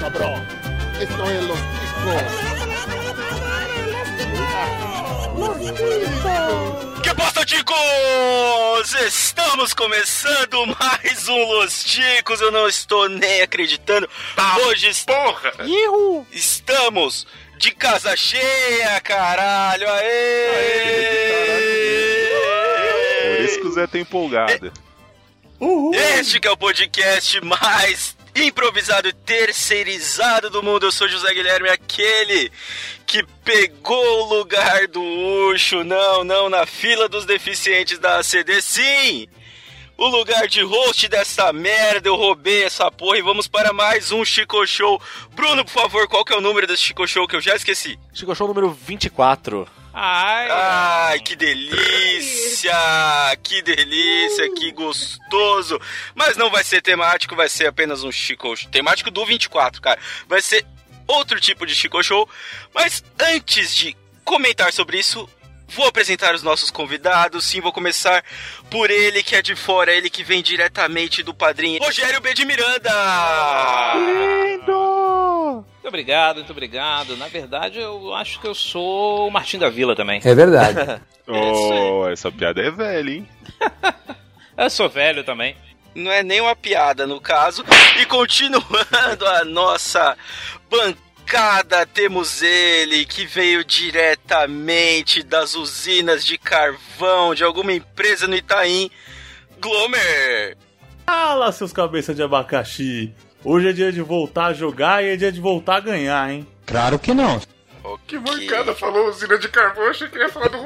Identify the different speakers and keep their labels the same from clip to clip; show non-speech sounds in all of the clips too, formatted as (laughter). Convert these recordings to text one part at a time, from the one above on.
Speaker 1: cabrón. Esto es los discos.
Speaker 2: Que bosta, Ticos! Estamos começando mais um Los Ticos, eu não estou nem acreditando. Hoje est-
Speaker 3: Tá, Porra!
Speaker 2: estamos de casa cheia, caralho! Aê!
Speaker 3: Por isso que o Zé tá empolgado.
Speaker 2: Este que é o podcast mais improvisado e terceirizado do mundo. Eu sou José Guilherme, aquele que pegou o lugar do Ucho, não, não, na fila dos deficientes da ACD, sim! O lugar de host dessa merda, eu roubei essa porra e vamos para mais um Chico Show. Bruno, por favor, qual que é o número desse Chico Show que eu já esqueci?
Speaker 4: Chico Show número 24.
Speaker 5: Ai,
Speaker 4: Ah,
Speaker 2: Ai, que delícia! Que delícia, que gostoso! Mas não vai ser temático, vai ser apenas um Chico Show. Temático do 24, cara. Vai ser outro tipo de Chico Show. Mas antes de comentar sobre isso, vou apresentar os nossos convidados. Sim, vou começar por ele que é de fora, ele que vem diretamente do padrinho Rogério B. de Miranda!
Speaker 5: muito obrigado, muito obrigado. Na verdade, eu acho que eu sou o Martim da Vila também.
Speaker 6: É verdade.
Speaker 3: Oh, essa piada é velha, hein? (laughs)
Speaker 4: É.
Speaker 5: Eu sou velho também.
Speaker 2: Não é nem uma piada, no caso. E continuando a nossa bancada, temos ele que veio diretamente das usinas de carvão de alguma empresa no Itaim. Glomer!
Speaker 7: Fala, seus cabeças de abacaxi! Hoje é dia de voltar a jogar e é dia de voltar a ganhar, hein?
Speaker 6: Claro que não.
Speaker 3: Que mancada, falou usina de carvão, achei que ia falar do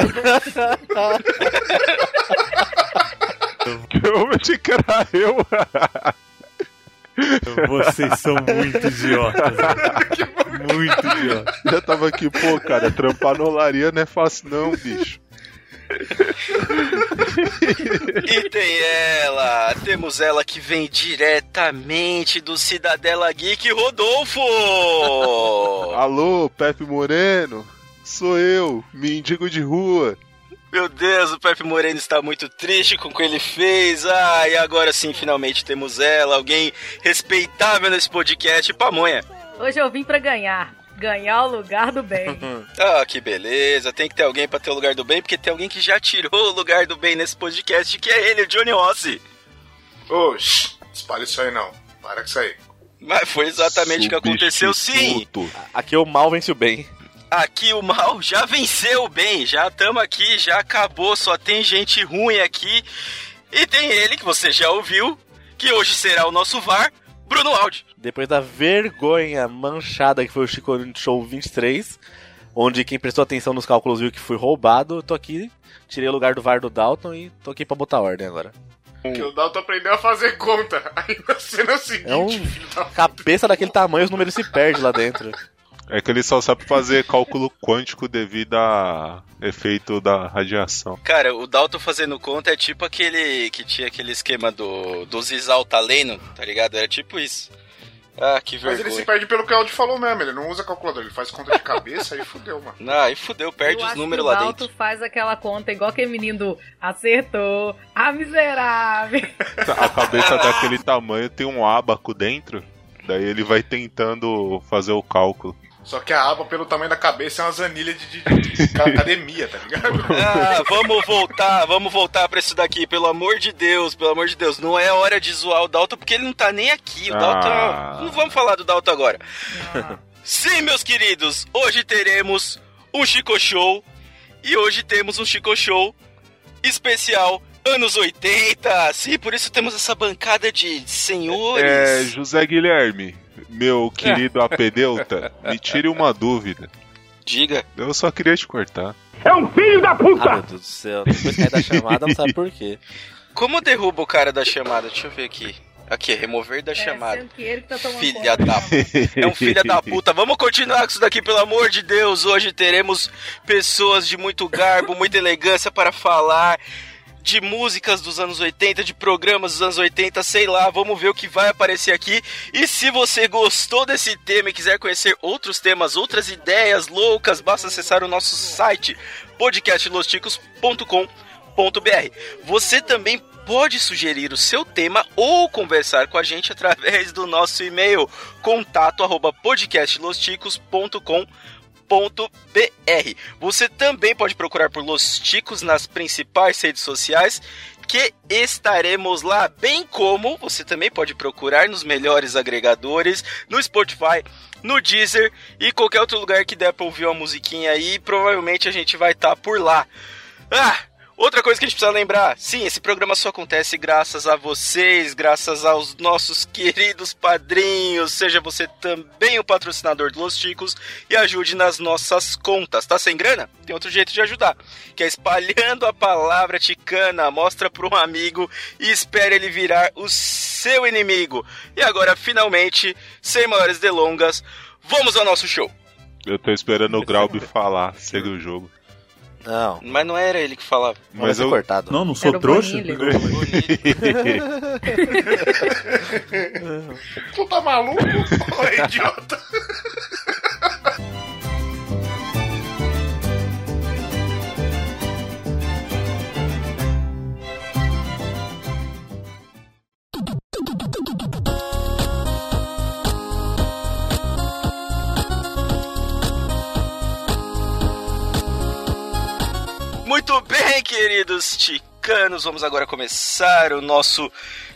Speaker 3: Eu vou te encarar, eu.
Speaker 7: Vocês são muito idiotas. muito idiotas.
Speaker 3: Já tava aqui, pô, cara, trampar na olaria não é fácil não, bicho.
Speaker 2: E tem ela! Temos ela que vem diretamente do Cidadela Geek, Rodolfo!
Speaker 3: Alô, Pepe Moreno, sou eu, mendigo de rua.
Speaker 2: Meu Deus, o Pepe Moreno está muito triste com o que ele fez. Ah, e agora sim, finalmente temos ela, alguém respeitável nesse podcast, Pamonha.
Speaker 8: Hoje eu vim pra ganhar. Ganhar o lugar do bem.
Speaker 2: Ah, que beleza, tem que ter alguém para ter o lugar do bem, porque tem alguém que já tirou o lugar do bem nesse podcast, que é ele, o Johnny Rossi.
Speaker 9: Oxi, espalha isso aí não. Para com isso aí.
Speaker 2: Mas foi exatamente o que aconteceu, sim.
Speaker 3: Substituto.
Speaker 4: Aqui o mal vence o bem.
Speaker 2: Aqui o mal (laughs) já venceu o bem, já tamo aqui, já acabou, só tem gente ruim aqui. E tem ele, que você já ouviu, que hoje será o nosso VAR, Bruno Aldi.
Speaker 4: Depois da vergonha manchada que foi o Chico Show 23, onde quem prestou atenção nos cálculos viu que fui roubado, eu tô aqui, tirei o lugar do VAR do Dalton e tô aqui pra botar ordem agora.
Speaker 9: Porque o Dalton aprendeu a fazer conta. (laughs) Aí você não seguinte,
Speaker 4: É um
Speaker 9: filho da...
Speaker 4: cabeça daquele tamanho, os números se perdem lá dentro.
Speaker 3: É que ele só sabe fazer cálculo quântico devido a efeito da radiação.
Speaker 2: Cara, o Dalton fazendo conta é tipo aquele que tinha aquele esquema do, dos exaltaleno, tá ligado? Era tipo isso. Ah, que
Speaker 9: Mas ele
Speaker 2: vergonha.
Speaker 9: se perde pelo que o Aldi falou mesmo. Ele não usa calculador, ele faz conta de cabeça e (laughs) fudeu, mano.
Speaker 2: Ah, e fudeu, (laughs) perde
Speaker 8: Eu
Speaker 2: os
Speaker 8: acho
Speaker 2: números
Speaker 8: que o
Speaker 2: lá
Speaker 8: Dalton
Speaker 2: dentro.
Speaker 8: faz aquela conta igual aquele menino do acertou,
Speaker 2: (laughs)
Speaker 8: a miserável.
Speaker 3: A cabeça daquele tamanho tem um ábaco dentro, daí ele vai tentando fazer o cálculo.
Speaker 9: Só que a aba, pelo tamanho da cabeça, é uma zanilha de, de- (laughs) de academia, tá ligado?
Speaker 2: Ah, vamos voltar, vamos voltar pra isso daqui, pelo amor de Deus, pelo amor de Deus. Não é hora de zoar o Dalton, porque ele não tá nem aqui. O Dalton. um-
Speaker 3: Ah.
Speaker 2: Não vamos falar do Dalton agora. Sim, meus queridos, hoje teremos um Chico Show. E hoje temos um Chico Show especial anos 80. Sim, por isso temos essa bancada de
Speaker 3: É,
Speaker 2: senhores.
Speaker 3: José Guilherme, meu
Speaker 2: É.
Speaker 3: querido apedeuta, me tire uma dúvida.
Speaker 2: Diga.
Speaker 3: Eu só queria te cortar.
Speaker 4: Ah, meu Deus do céu, depois cair da chamada, não sabe por quê.
Speaker 2: Como derruba o cara da chamada? Deixa eu ver aqui. Aqui, remover da
Speaker 8: É,
Speaker 2: chamada.
Speaker 8: sendo que ele que tá tomando
Speaker 2: Filha
Speaker 8: conta.
Speaker 2: da É um filho da puta. Vamos continuar com isso daqui, pelo amor de Deus. Hoje teremos pessoas de muito garbo, muita elegância para falar de músicas dos anos 80, de programas dos anos 80, sei lá. Vamos ver o que vai aparecer aqui. E se você gostou desse tema e quiser conhecer outros temas, outras ideias loucas, basta acessar o nosso site podcastlosticos.com.br. Você também pode sugerir o seu tema ou conversar com a gente através do nosso e-mail contato arroba podcastlosticos.com .br. Você também pode procurar por Los Ticos nas principais redes sociais que estaremos lá, bem como você também pode procurar nos melhores agregadores, no Spotify, no Deezer e qualquer outro lugar que der pra ouvir uma musiquinha aí, provavelmente a gente vai estar por lá. Ah, outra coisa que a gente precisa lembrar: sim, esse programa só acontece graças a vocês, graças aos nossos queridos padrinhos. Seja você também o patrocinador do Los Ticos e ajude nas nossas contas. Tá sem grana? Tem outro jeito de ajudar, que é espalhando a palavra ticana. Mostra para um amigo e espere ele virar o seu inimigo. E agora, finalmente, sem maiores delongas, vamos ao nosso show.
Speaker 3: Eu tô esperando
Speaker 2: (laughs)
Speaker 3: o Graub falar, segue o jogo.
Speaker 4: Não,
Speaker 2: Mas não era ele que falava.
Speaker 4: não vai
Speaker 3: Mas
Speaker 4: ser
Speaker 3: eu.
Speaker 4: cortado.
Speaker 7: Não, não sou
Speaker 8: Era o
Speaker 7: trouxa?
Speaker 8: Bonilha.
Speaker 7: (laughs)
Speaker 9: Tu tá maluco?
Speaker 2: (laughs)
Speaker 9: Ô, idiota.
Speaker 2: Muito bem, queridos ticanos, vamos agora começar o nosso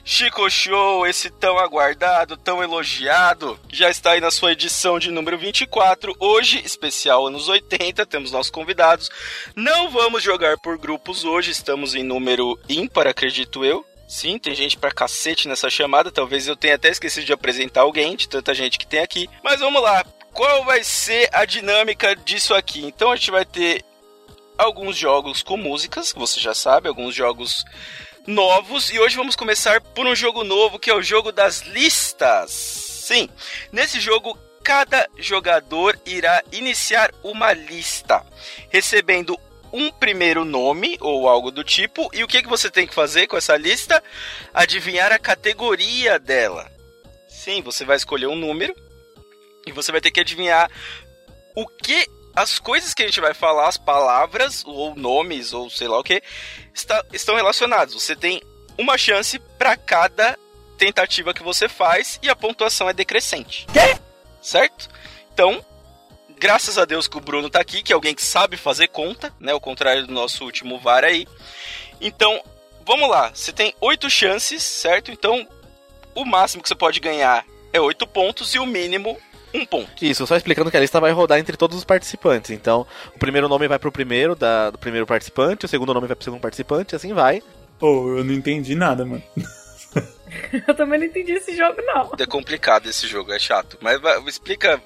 Speaker 2: Chico Show, esse tão aguardado, tão elogiado. Já está aí na sua edição de número 24. Hoje, especial anos 80, temos nossos convidados. Não vamos jogar por grupos hoje, estamos em número ímpar, acredito eu. Sim, tem gente pra cacete nessa chamada, talvez eu tenha até esquecido de apresentar alguém, de tanta gente que tem aqui. Mas vamos lá, qual vai ser a dinâmica disso aqui? Então a gente vai ter alguns jogos com músicas, que você já sabe, alguns jogos novos. E hoje vamos começar por um jogo novo, que é o jogo das listas. Sim, nesse jogo cada jogador irá iniciar uma lista, recebendo um primeiro nome ou algo do tipo. E o que, que você tem que fazer com essa lista? Adivinhar a categoria dela. Sim, você vai escolher um número e você vai ter que adivinhar o que as coisas que a gente vai falar, as palavras, ou nomes, ou sei lá o que, está, estão relacionados. Você tem uma chance para cada tentativa que você faz e a pontuação é decrescente. Quê? Certo? Então, graças a Deus que o Bruno tá aqui, que é alguém que sabe fazer conta, né? Ao contrário do nosso último VAR aí. Então, vamos lá. Você tem oito chances, certo? Então, o máximo que você pode ganhar é oito pontos e o mínimo um ponto.
Speaker 4: Isso, só explicando que a lista vai rodar entre todos os participantes. Então, o primeiro nome vai pro primeiro, da, do primeiro participante, o segundo nome vai pro segundo participante, e assim vai.
Speaker 7: Pô, eu não entendi nada, mano.
Speaker 8: (laughs) Eu também não entendi esse jogo, não.
Speaker 2: É complicado esse jogo, é chato. Mas vai- explica,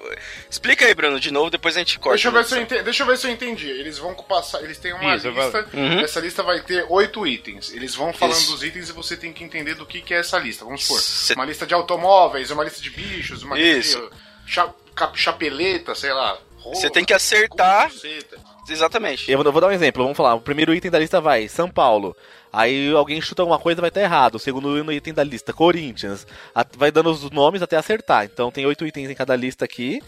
Speaker 2: explica aí, Bruno, de novo, depois a gente corta.
Speaker 9: Deixa eu, ver se eu entendi, deixa eu ver se eu entendi. Eles vão passar. Eles têm uma
Speaker 5: Isso,
Speaker 9: lista.
Speaker 2: Uhum.
Speaker 9: Essa lista vai ter oito itens. Eles vão falando
Speaker 2: Isso.
Speaker 9: dos itens e você tem que entender do que, que é essa lista. Vamos supor.
Speaker 2: Cê-
Speaker 9: Uma lista de automóveis, uma lista de bichos, uma
Speaker 2: Isso.
Speaker 9: lista de cha- cap- chapeleta, sei lá. rola,
Speaker 2: Você tem que acertar.
Speaker 9: cruceta.
Speaker 2: Exatamente.
Speaker 4: Eu vou- eu vou dar um exemplo, vamos falar. O primeiro item da lista vai São Paulo. Aí alguém chuta alguma coisa vai estar errado. O segundo item da lista, Corinthians. A- Vai dando os nomes até acertar. Então tem oito itens em cada lista aqui.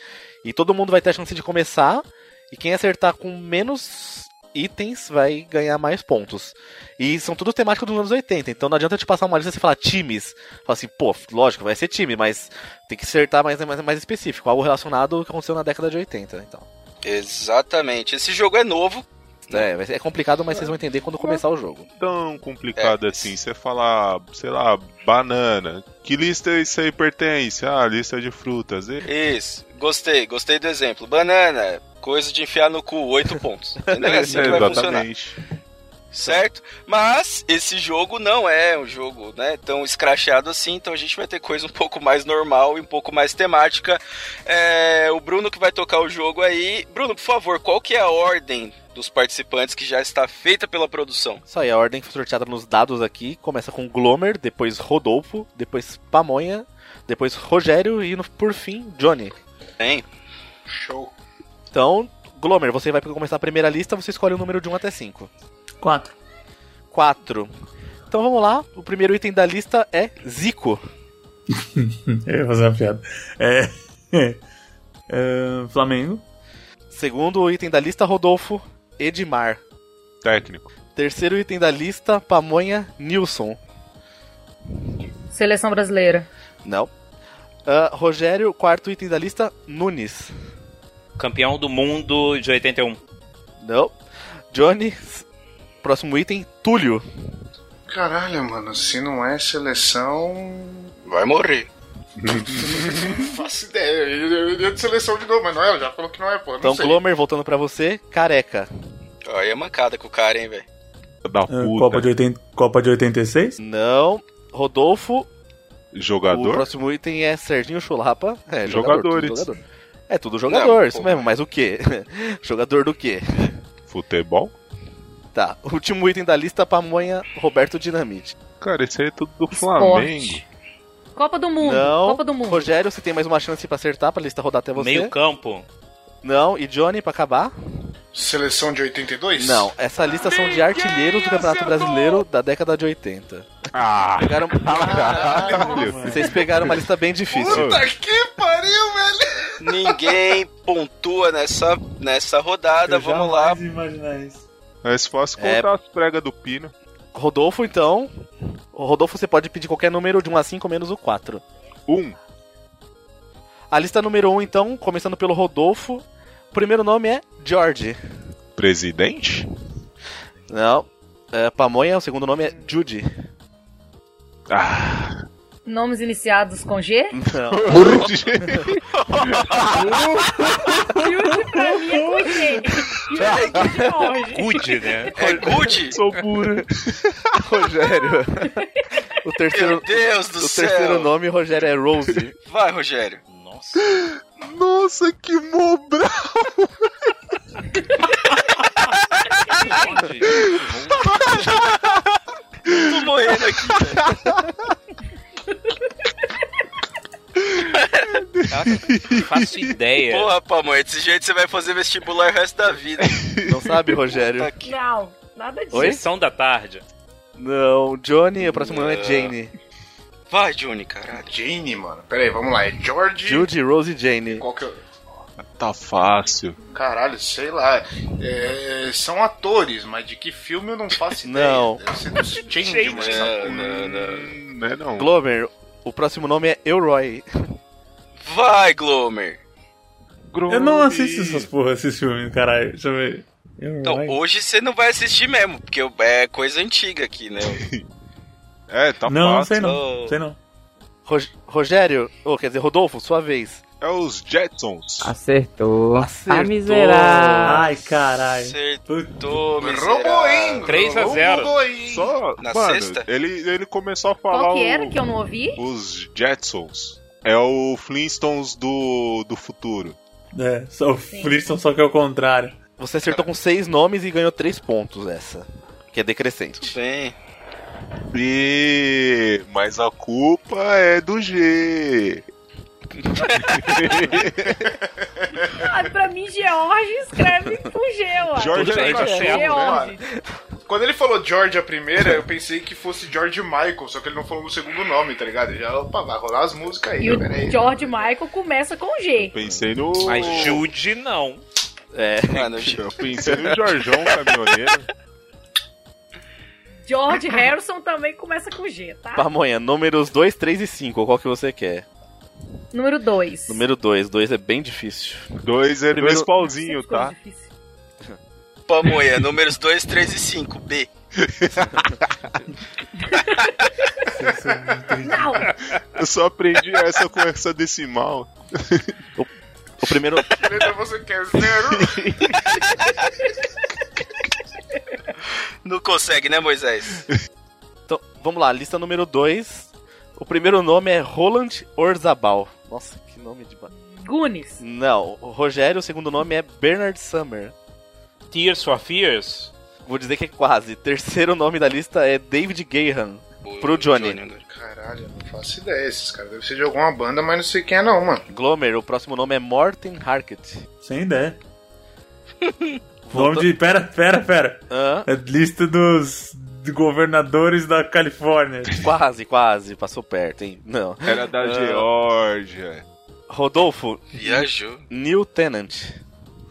Speaker 4: E todo mundo vai ter a chance de começar. E quem acertar com menos itens vai ganhar mais pontos. E são tudo temáticos dos anos 80. Então não adianta eu te passar uma lista e você falar times. Fala assim, pô, lógico, vai ser time, mas tem que acertar mais, mais, mais específico. Algo relacionado ao que aconteceu na década de 80. Então.
Speaker 2: Exatamente. Esse jogo é novo.
Speaker 4: É, vai ser- é complicado, mas vocês vão entender quando começar o jogo.
Speaker 3: Tão complicado
Speaker 2: É.
Speaker 3: assim. Você falar, sei lá, banana. Que lista isso aí pertence? Ah, lista de frutas. E-
Speaker 2: Isso. Gostei, gostei do exemplo. Banana, coisa de enfiar no cu, oito pontos. Entendeu? É assim que vai funcionar.
Speaker 3: Exatamente.
Speaker 2: Certo? Mas esse jogo não é um jogo né, tão escrachado assim, então a gente vai ter coisa um pouco mais normal e um pouco mais temática. É, o Bruno que vai tocar o jogo aí. Bruno, por favor, qual que é a ordem dos participantes que já está feita pela produção?
Speaker 4: Isso aí, a ordem foi sorteada nos dados aqui começa com Glomer, depois Rodolfo, depois Pamonha, depois Rogério e, no- por fim, Johnny.
Speaker 2: Hein?
Speaker 9: Show.
Speaker 4: Então, Glomer, você vai começar a primeira lista, você escolhe o número de 1 até 5.
Speaker 7: Quatro.
Speaker 4: 4. Então vamos lá, o primeiro item da lista é Zico.
Speaker 7: Hum, Eu ia fazer uma piada. É. (laughs) É, Flamengo.
Speaker 4: Segundo item da lista, Rodolfo, Edmar.
Speaker 3: Técnico.
Speaker 4: Terceiro item da lista, Pamonha, Nilson.
Speaker 8: Seleção brasileira.
Speaker 4: Não. Ah, Rogério, quarto item da lista, Nunes.
Speaker 5: Campeão do mundo de 81.
Speaker 4: Não. Johnny, s- próximo item, Túlio.
Speaker 9: Caralho, mano, se não é seleção.
Speaker 6: Vai morrer.
Speaker 9: Não faço ideia. Eu, eu, eu ia de seleção de novo, mas não é, ela já falou que não é, pô. Não
Speaker 4: Então,
Speaker 9: sei.
Speaker 4: Glomer, voltando pra você, Careca.
Speaker 6: Aí é mancada com o cara, hein, velho.
Speaker 3: Da
Speaker 7: Ah,
Speaker 3: puta.
Speaker 7: Copa, de 80, Copa de 86?
Speaker 4: Não. Rodolfo, o
Speaker 3: Jogador?
Speaker 4: próximo item é Serginho Chulapa. É,
Speaker 3: Jogadores.
Speaker 4: tudo jogador. É tudo jogador,
Speaker 6: Não,
Speaker 4: isso
Speaker 6: pô.
Speaker 4: mesmo, mas o quê? (laughs) jogador do quê?
Speaker 3: Futebol?
Speaker 4: Tá, último item da lista, pamonha, Roberto Dinamite.
Speaker 3: Cara, esse aí é tudo do Flamengo.
Speaker 8: Esporte. Copa do Mundo.
Speaker 4: Não,
Speaker 8: Copa do Mundo.
Speaker 4: Rogério, você tem mais uma chance pra acertar, pra lista rodar até você.
Speaker 5: Meio campo.
Speaker 4: Não, e Johnny, pra acabar?
Speaker 9: Seleção de 82?
Speaker 4: Não, essa lista são de artilheiros do Campeonato Brasileiro da década de 80.
Speaker 3: Ah, (laughs)
Speaker 4: Pegaram... (laughs)
Speaker 3: caralho.
Speaker 4: Vocês pegaram uma lista bem difícil.
Speaker 9: Puta que pariu, velho!
Speaker 6: Ninguém pontua nessa, nessa rodada.
Speaker 7: Eu
Speaker 6: Vamos lá.
Speaker 7: jamais ia imaginar isso.
Speaker 3: Mas se fosse contar
Speaker 4: É.
Speaker 3: as pregas do Pino.
Speaker 4: Rodolfo, então. O Rodolfo, você pode pedir qualquer número de 1 a 5 menos o 4.
Speaker 3: Um.
Speaker 4: A lista número 1, então, começando pelo Rodolfo. O primeiro nome é George.
Speaker 3: Presidente?
Speaker 4: Não. É, Pamonha, o segundo nome é Judy.
Speaker 3: Ah.
Speaker 8: Nomes iniciados com (laughs) G?
Speaker 4: (laughs) Não.
Speaker 3: (laughs)
Speaker 8: Yuri pra mim é com G. Yuri é de Jorge.
Speaker 5: Good, né?
Speaker 6: É Good?
Speaker 3: Sou pura.
Speaker 4: Rogério. O
Speaker 6: Meu
Speaker 4: terceiro,
Speaker 6: Deus do
Speaker 4: o
Speaker 6: céu.
Speaker 4: terceiro nome, Rogério, é Rose.
Speaker 6: Vai, Rogério.
Speaker 5: Nossa.
Speaker 3: Nossa, que mobra.
Speaker 4: (laughs)
Speaker 5: Good. Good.
Speaker 6: Tô morrendo aqui.
Speaker 5: Não faço ideia.
Speaker 6: Porra, Pamonha, desse jeito você vai fazer vestibular o resto da vida. (laughs)
Speaker 4: Não sabe, Rogério?
Speaker 2: Tá
Speaker 6: Puta que-
Speaker 8: Não, nada disso.
Speaker 4: Oi?
Speaker 5: Sessão da tarde.
Speaker 4: Não. Johnny, o próximo nome é Jane.
Speaker 6: Vai, Juni, caralho.
Speaker 9: Jane, mano. Pera aí, vamos lá. É George.
Speaker 4: Judy, Rose e Jane.
Speaker 9: Qual que é?
Speaker 3: Tá fácil.
Speaker 9: Caralho, sei lá. É, são atores, mas de que filme eu não faço ideia.
Speaker 4: Não.
Speaker 9: Deve ser do Change, mano. essa
Speaker 6: Não,
Speaker 9: porra.
Speaker 6: não, não.
Speaker 3: Hum, Não é não.
Speaker 4: Glomer, o próximo nome é Elroy.
Speaker 6: Vai, Glomer.
Speaker 7: Eu não assisto essas porra, esses filmes, caralho. Deixa eu ver. Eu
Speaker 6: Então,
Speaker 7: vai.
Speaker 6: hoje você não vai assistir mesmo, porque é coisa antiga aqui, né?
Speaker 3: É, tá
Speaker 7: não, não
Speaker 3: fácil.
Speaker 7: sei não.
Speaker 6: Oh.
Speaker 7: Sei não.
Speaker 4: Rog- Rogério, ou quer dizer, Rodolfo, sua vez.
Speaker 3: É os Jetsons.
Speaker 8: Ah,
Speaker 10: Acertou.
Speaker 4: Acertou.
Speaker 10: A miserável.
Speaker 7: Ai, caralho.
Speaker 6: Acertou,
Speaker 9: Roubou, hein?
Speaker 6: miserável.
Speaker 5: 3 a 0.
Speaker 9: Roubou, hein?
Speaker 3: Só,
Speaker 6: Na
Speaker 3: mano,
Speaker 6: sexta?
Speaker 3: Ele, ele começou a falar
Speaker 8: Qual que
Speaker 3: o-
Speaker 8: era que eu não ouvi?
Speaker 3: os Jetsons. É o Flintstones do, do futuro.
Speaker 7: É, só o Flintstone, só que é o contrário.
Speaker 4: Você acertou com seis nomes e ganhou três pontos essa. Que é decrescente.
Speaker 7: (laughs)
Speaker 6: Sim.
Speaker 3: E... Mas a culpa é do G.
Speaker 8: Ah, pra mim, George escreve com G, ué.
Speaker 3: Jorge
Speaker 5: Tudo bem,
Speaker 3: é
Speaker 5: Jorge.
Speaker 3: cachorro, né?
Speaker 8: George.
Speaker 9: Quando ele falou George a primeira, eu pensei que fosse George Michael, só que ele não falou o segundo nome, tá ligado? Ele Já, opa, vai rolar as músicas aí,
Speaker 8: E
Speaker 9: pera aí.
Speaker 8: o George Michael começa com G.
Speaker 3: Pensei no...
Speaker 5: Mas Jude não.
Speaker 4: É.
Speaker 6: Mano, eu-
Speaker 3: Eu pensei no Jorjão Caminhoneiro.
Speaker 8: George Harrison também começa com G, tá?
Speaker 4: Pamonha, Tipo, números 2, 3 e 5, qual que você quer?
Speaker 8: Número 2.
Speaker 4: Número 2, 2 é bem difícil.
Speaker 3: Dois é
Speaker 4: Primeiro-
Speaker 3: dois pauzinho, tá?
Speaker 6: Pamonha, números 2, 3 e 5. B.
Speaker 8: (laughs) Não,
Speaker 3: Eu só aprendi essa com essa decimal.
Speaker 4: O primeiro,
Speaker 9: Então você quer zero?
Speaker 6: Não consegue, né, Moisés?
Speaker 4: então, vamos lá, lista número 2. O primeiro nome é Roland Orzabal. Nossa, que nome de... ba-
Speaker 8: Gunis.
Speaker 4: Não, o Rogério, o segundo nome é Bernard Summer.
Speaker 5: Tears for Fears.
Speaker 4: Vou dizer que é quase. Terceiro (laughs) nome da lista é David Gahan. Pro Johnny.
Speaker 9: Caralho, eu não faço ideia. Esses caras devem ser de alguma banda, mas não sei quem é não, mano.
Speaker 4: Glomer, o próximo nome é Morten Harkett.
Speaker 7: Sem ideia. Nome de. Pera, pera, pera.
Speaker 4: Hã?
Speaker 7: É lista dos governadores da Califórnia.
Speaker 4: Quase, quase, passou perto, hein? Não.
Speaker 3: Era da
Speaker 4: Ah.
Speaker 3: Geórgia.
Speaker 4: Rodolfo,
Speaker 6: Viajou.
Speaker 4: Neil Tennant.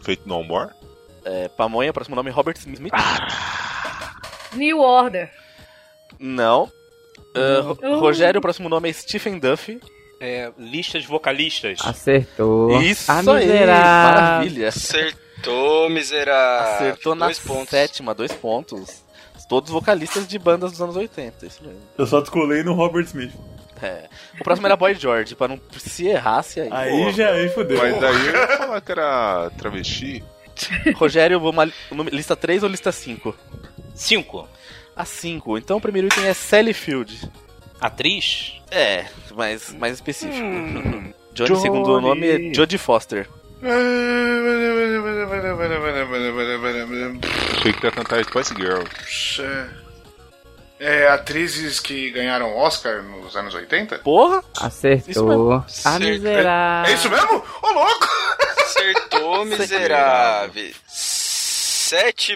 Speaker 3: Feito no More?
Speaker 4: É, Pamonha, próximo nome é Robert Smith.
Speaker 8: New Order.
Speaker 4: Não. Ah,
Speaker 10: Hum.
Speaker 4: Ro- Rogério, o próximo nome é Stephen Duffy.
Speaker 5: É, lista de vocalistas.
Speaker 10: Acertou.
Speaker 4: Isso
Speaker 10: ah,
Speaker 4: aí,
Speaker 10: miserável.
Speaker 4: maravilha.
Speaker 2: Acertou, miserável.
Speaker 4: Acertou na
Speaker 2: Dois pontos.
Speaker 4: sétima, dois pontos. Todos vocalistas de bandas dos anos 80, isso mesmo.
Speaker 7: Eu só descolei no Robert Smith.
Speaker 4: É. O próximo era Boy George, pra não se errasse aí.
Speaker 7: Aí já aí fodeu.
Speaker 3: Mas daí eu ia falar que era travesti.
Speaker 4: Rogério, uma, numa- lista 3 ou lista 5?
Speaker 5: Cinco.
Speaker 4: A 5. Então o primeiro item é Sally Field.
Speaker 5: Atriz?
Speaker 4: É, mais, mais específico. Hum. Johnny, segundo nome, é Jodie Foster.
Speaker 3: Achei que ia cantar Spice Girl.
Speaker 9: É, atrizes que ganharam Oscar nos anos 80?
Speaker 4: Porra! Isso
Speaker 10: Acertou.
Speaker 4: mesmo.
Speaker 10: Ah, miserável.
Speaker 9: É isso mesmo? Ô, louco!
Speaker 4: (laughs)
Speaker 2: Acertou, miserável. Sete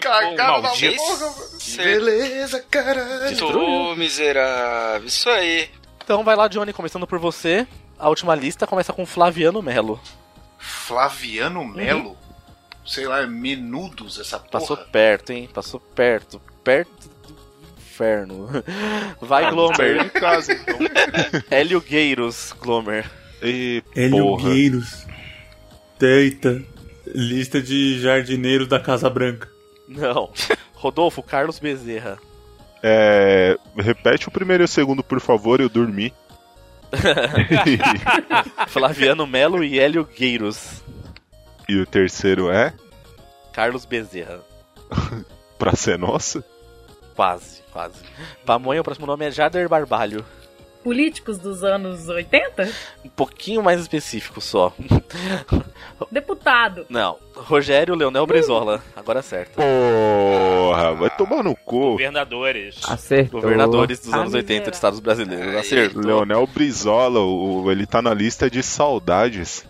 Speaker 2: pontos.
Speaker 9: Cagada na
Speaker 2: Maldito.
Speaker 9: boca, tá mano.
Speaker 2: Acertou,
Speaker 9: Beleza, caralho.
Speaker 2: miserável. Isso aí.
Speaker 4: Então vai lá, Johnny, começando por você. A última lista começa com Flaviano Melo.
Speaker 9: Flaviano
Speaker 3: Uhum.
Speaker 9: Melo? Sei lá, é menudos essa porra.
Speaker 4: Passou perto, hein? Passou perto. Perto do inferno. (laughs)
Speaker 3: É
Speaker 4: Vai, Glomer.
Speaker 3: Em casa, então.
Speaker 4: Hélio Gueiros, Glomer.
Speaker 3: E porra.
Speaker 7: Eliogueiros. Teita. Lista de jardineiros da Casa Branca.
Speaker 4: Não. Rodolfo, Carlos Bezerra.
Speaker 3: É, repete o primeiro e o segundo, por favor, eu (laughs) dormi.
Speaker 4: Flaviano Melo e Hélio Gueiros.
Speaker 3: e o terceiro é
Speaker 4: Carlos Bezerra.
Speaker 3: Pra Ser Nossa?
Speaker 4: Quase, quase. Pamonha, o próximo nome é Jader Barbalho.
Speaker 8: Políticos dos anos 80?
Speaker 4: Um pouquinho mais específico só.
Speaker 8: Deputado.
Speaker 4: Não. Rogério Leonel Brizola. Agora é acerta.
Speaker 3: Porra, vai tomar no cu.
Speaker 5: Governadores.
Speaker 10: Acertou.
Speaker 4: Governadores dos
Speaker 10: Ah,
Speaker 4: anos 80
Speaker 10: miserável.
Speaker 4: dos Estados Brasileiros. Acertou.
Speaker 3: Leonel Brizola, o- ele tá na lista de saudades.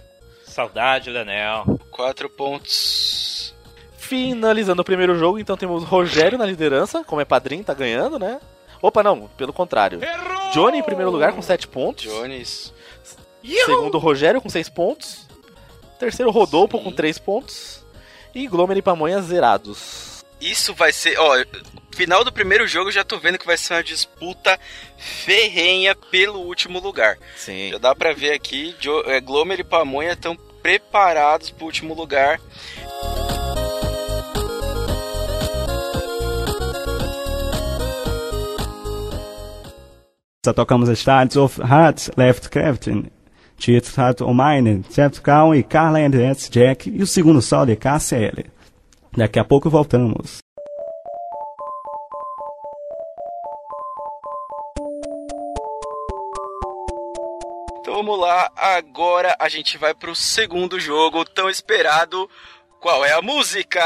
Speaker 5: Saudade, Leonel.
Speaker 2: Quatro pontos.
Speaker 4: Finalizando o primeiro jogo, então temos Rogério na liderança, como é padrinho, tá ganhando, né? Opa, não, pelo contrário. Johnny em primeiro lugar com 7 pontos.
Speaker 2: Jones.
Speaker 4: Segundo, Rogério com 6 pontos. Terceiro, Rodolfo
Speaker 2: Sim.
Speaker 4: com 3 pontos. E Glomer e Pamonha zerados.
Speaker 2: Isso vai ser, ó, final do primeiro jogo eu já tô vendo que vai ser uma disputa ferrenha pelo último lugar.
Speaker 4: Sim.
Speaker 2: Já dá pra ver aqui, Jo- é, Glomer e Pamonha estão preparados pro último lugar.
Speaker 11: Da tocamos Stars of Hearts Left Crafting, Tietz Heart of Mine, Jeff Cown e Carla Andreas Jack e o segundo sol de KCL. Daqui a pouco voltamos.
Speaker 2: Então vamos lá, agora a gente vai pro segundo jogo tão esperado. Qual é a música?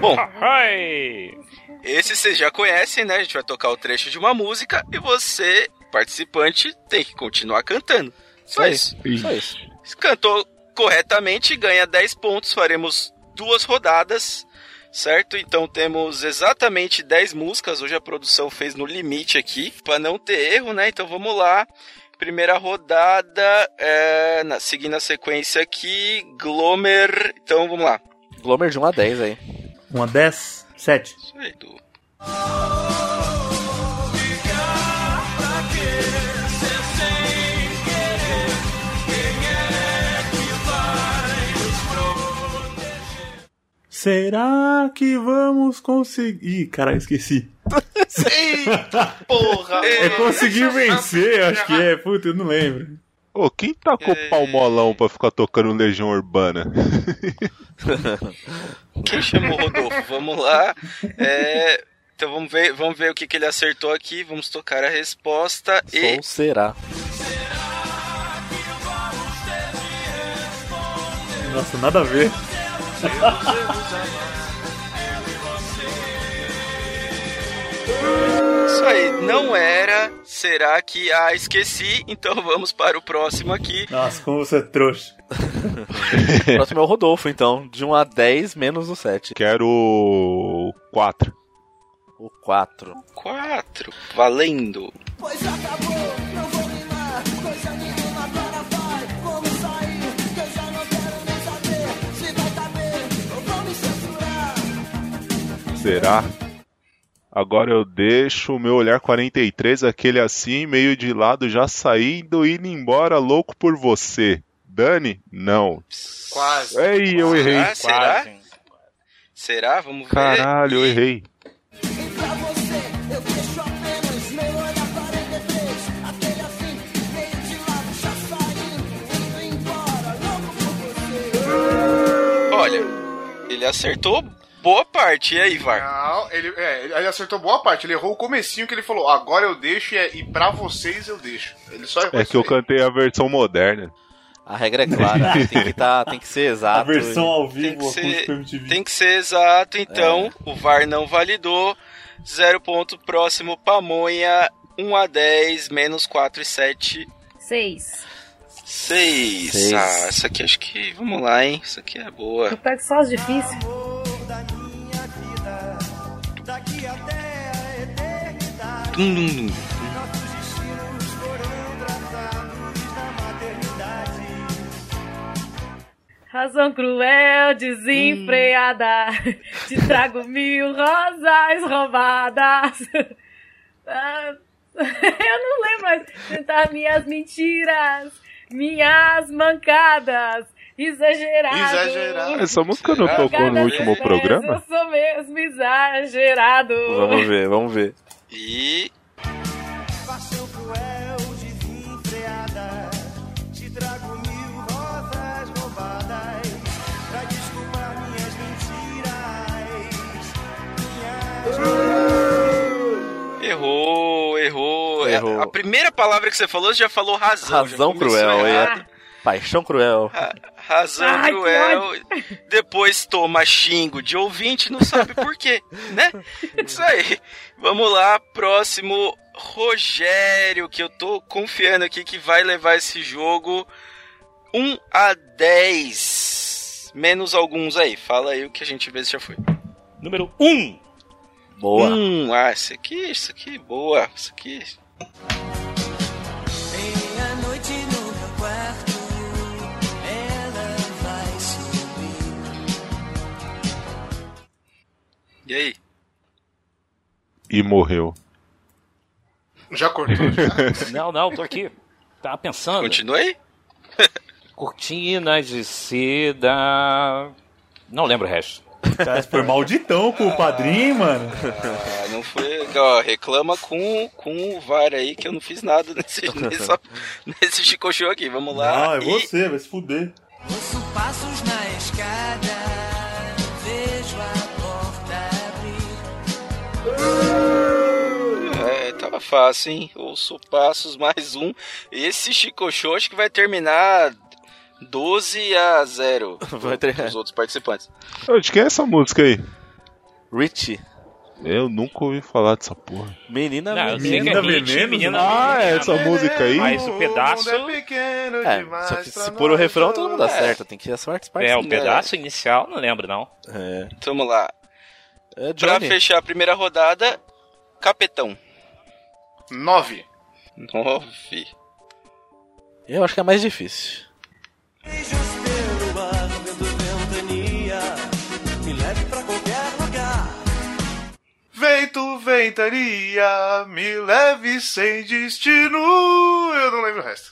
Speaker 2: Bom,
Speaker 5: Ai!
Speaker 2: esse vocês já conhecem, né? A gente vai tocar o trecho de uma música e você, participante, tem que continuar cantando. Só
Speaker 4: Aí.
Speaker 2: isso.
Speaker 4: Só isso.
Speaker 2: Se cantou corretamente, ganha 10 pontos. Faremos duas rodadas, certo? Então temos exatamente 10 músicas. Hoje a produção fez no limite aqui, para não ter erro, né? Então vamos lá. Primeira rodada, é, na- seguindo a sequência aqui, Glomer. Então vamos lá.
Speaker 4: Glomer de 1 a 10 aí.
Speaker 7: Uma 10, 7.
Speaker 2: Isso aí, Du.
Speaker 7: Será que vamos conseguir. Ih, caralho, esqueci.
Speaker 9: Porra,
Speaker 7: É conseguir vencer, acho que é. Puta, eu não lembro.
Speaker 3: Ô, quem tacou
Speaker 2: É.
Speaker 3: palmolão pra ficar tocando Legião Urbana? (laughs)
Speaker 2: Quem chamou o Rodolfo? vamos lá. É, então vamos ver, vamos ver o que, que ele acertou aqui. Vamos tocar a resposta. E
Speaker 4: Ou será?
Speaker 7: Nossa, nada a ver.
Speaker 2: Isso aí, não era. Será que. Ah, esqueci. Então (laughs) vamos para o próximo aqui.
Speaker 7: Nossa, como você é trouxa.
Speaker 4: O próximo é o um Rodolfo, então. De 1 a 10 menos o 7.
Speaker 3: Quero. quatro.
Speaker 4: O 4.
Speaker 2: 4. Valendo.
Speaker 12: Pois acabou, não vou rimar, coisa nenhuma agora vai. Vamos sair, que eu já não quero nem saber. Se vai tá bem, ou vão me censurar.
Speaker 3: Será? Agora eu deixo o meu olhar 43, aquele assim, meio de lado, já saindo, indo embora, louco por você. Dani? Não.
Speaker 2: Quase.
Speaker 3: Ei, eu errei.
Speaker 2: Será? Será? Será? Vamos ver.
Speaker 3: Caralho, eu errei.
Speaker 2: Olha, ele acertou boa parte. E aí, VAR?
Speaker 9: Não, ele, é, ele ele acertou boa parte. Ele errou o comecinho que ele falou, agora eu deixo e, é, e pra vocês eu deixo. Ele só errou
Speaker 3: É que eu cantei a versão moderna.
Speaker 4: A regra é clara,
Speaker 2: (laughs)
Speaker 4: tem que, tá, tem que ser exato. e-
Speaker 2: tem que, ser, tem que ser exato, então. O VAR não validou. Zero ponto próximo, Pamonha. 1 a 10, menos 4 e 7,
Speaker 8: Seis.
Speaker 2: 6.
Speaker 8: Seis.
Speaker 2: Ah, essa aqui acho que. Vamos lá, hein? Isso aqui é boa.
Speaker 8: Eu pego Tá só os difíceis.
Speaker 12: Daqui até a eternidade,
Speaker 2: Dum, dum, dum.
Speaker 12: nossos destinos foram traçados na maternidade.
Speaker 8: Razão cruel, desenfreada. Te trago mil rosas roubadas. Ah, (laughs) Eu não lembro mais. Tentar minhas mentiras, minhas mancadas. Exagerado.
Speaker 9: Exagerado.
Speaker 3: Ah, Essa música não tocou no último
Speaker 8: Eu
Speaker 3: programa?
Speaker 8: sou mesmo exagerado.
Speaker 4: Vamos ver, vamos ver.
Speaker 2: E.
Speaker 12: Paixão cruel, desenfreada. Te trago mil rosas roubadas. Pra desculpar minhas mentiras.
Speaker 2: Errou, errou. É, A primeira palavra que você falou, você já falou razão. já
Speaker 4: Razão
Speaker 2: começou
Speaker 4: cruel,
Speaker 2: errado.
Speaker 4: é. Paixão cruel.
Speaker 2: Razão
Speaker 4: Ai, que
Speaker 2: cruel. Depois toma xingo de ouvinte, não sabe por quê, né? Isso aí. Vamos lá, próximo Rogério, que eu tô confiando aqui que vai levar esse jogo 1 a 10. Menos alguns aí. Fala aí o que a gente vê se já foi.
Speaker 5: Número 1.
Speaker 4: Boa.
Speaker 2: Hum, ah, isso aqui, isso aqui, boa. Isso aqui.
Speaker 12: Meia-noite no meu quarto. Ela vai subir.
Speaker 2: E aí?
Speaker 3: E morreu.
Speaker 9: Já cortou?
Speaker 5: Não, não, tô aqui. Tava pensando.
Speaker 2: Continua aí?
Speaker 5: Cortinas de seda. Não lembro o resto.
Speaker 7: Cara, isso foi malditão com o padrinho, mano.
Speaker 2: Ah, não foi. Ó, reclama com, com o VAR aí que eu não fiz nada (laughs) nesse, nessa, nesse Chico Show aqui. Vamos lá.
Speaker 7: Ah, é
Speaker 2: E-
Speaker 7: você, vai se fuder.
Speaker 12: Ouço passos na escada. Vejo a porta abrir.
Speaker 2: É, tava fácil, hein? Ouço passos mais um. Esse Chico Show acho que vai terminar 12 a 0
Speaker 4: (laughs) Vai ter-
Speaker 2: os outros participantes.
Speaker 3: Ô, De quem é essa música aí?
Speaker 4: Richie.
Speaker 3: Eu nunca ouvi falar dessa porra.
Speaker 4: Menina,
Speaker 3: Tá
Speaker 5: Não, eu sei que é
Speaker 4: menina.
Speaker 5: Menina, Richie, menina,
Speaker 3: Ah, é (laughs) essa música aí?
Speaker 5: Mas o pedaço.
Speaker 4: É, só que se pôr o refrão, todo mundo acerta. Tem que ir as partes partes.
Speaker 5: É, o pedaço inicial, não lembro, não.
Speaker 4: É.
Speaker 2: Vamos lá.
Speaker 4: É,
Speaker 2: Pra
Speaker 4: Johnny.
Speaker 2: fechar a primeira rodada, Capetão.
Speaker 9: 9.
Speaker 2: 9.
Speaker 4: Eu acho que é mais difícil.
Speaker 12: Beijos pelo ar, vendo ventania. Me leve pra qualquer lugar.
Speaker 9: Vento, ventaria, me leve sem destino. Eu não lembro o resto.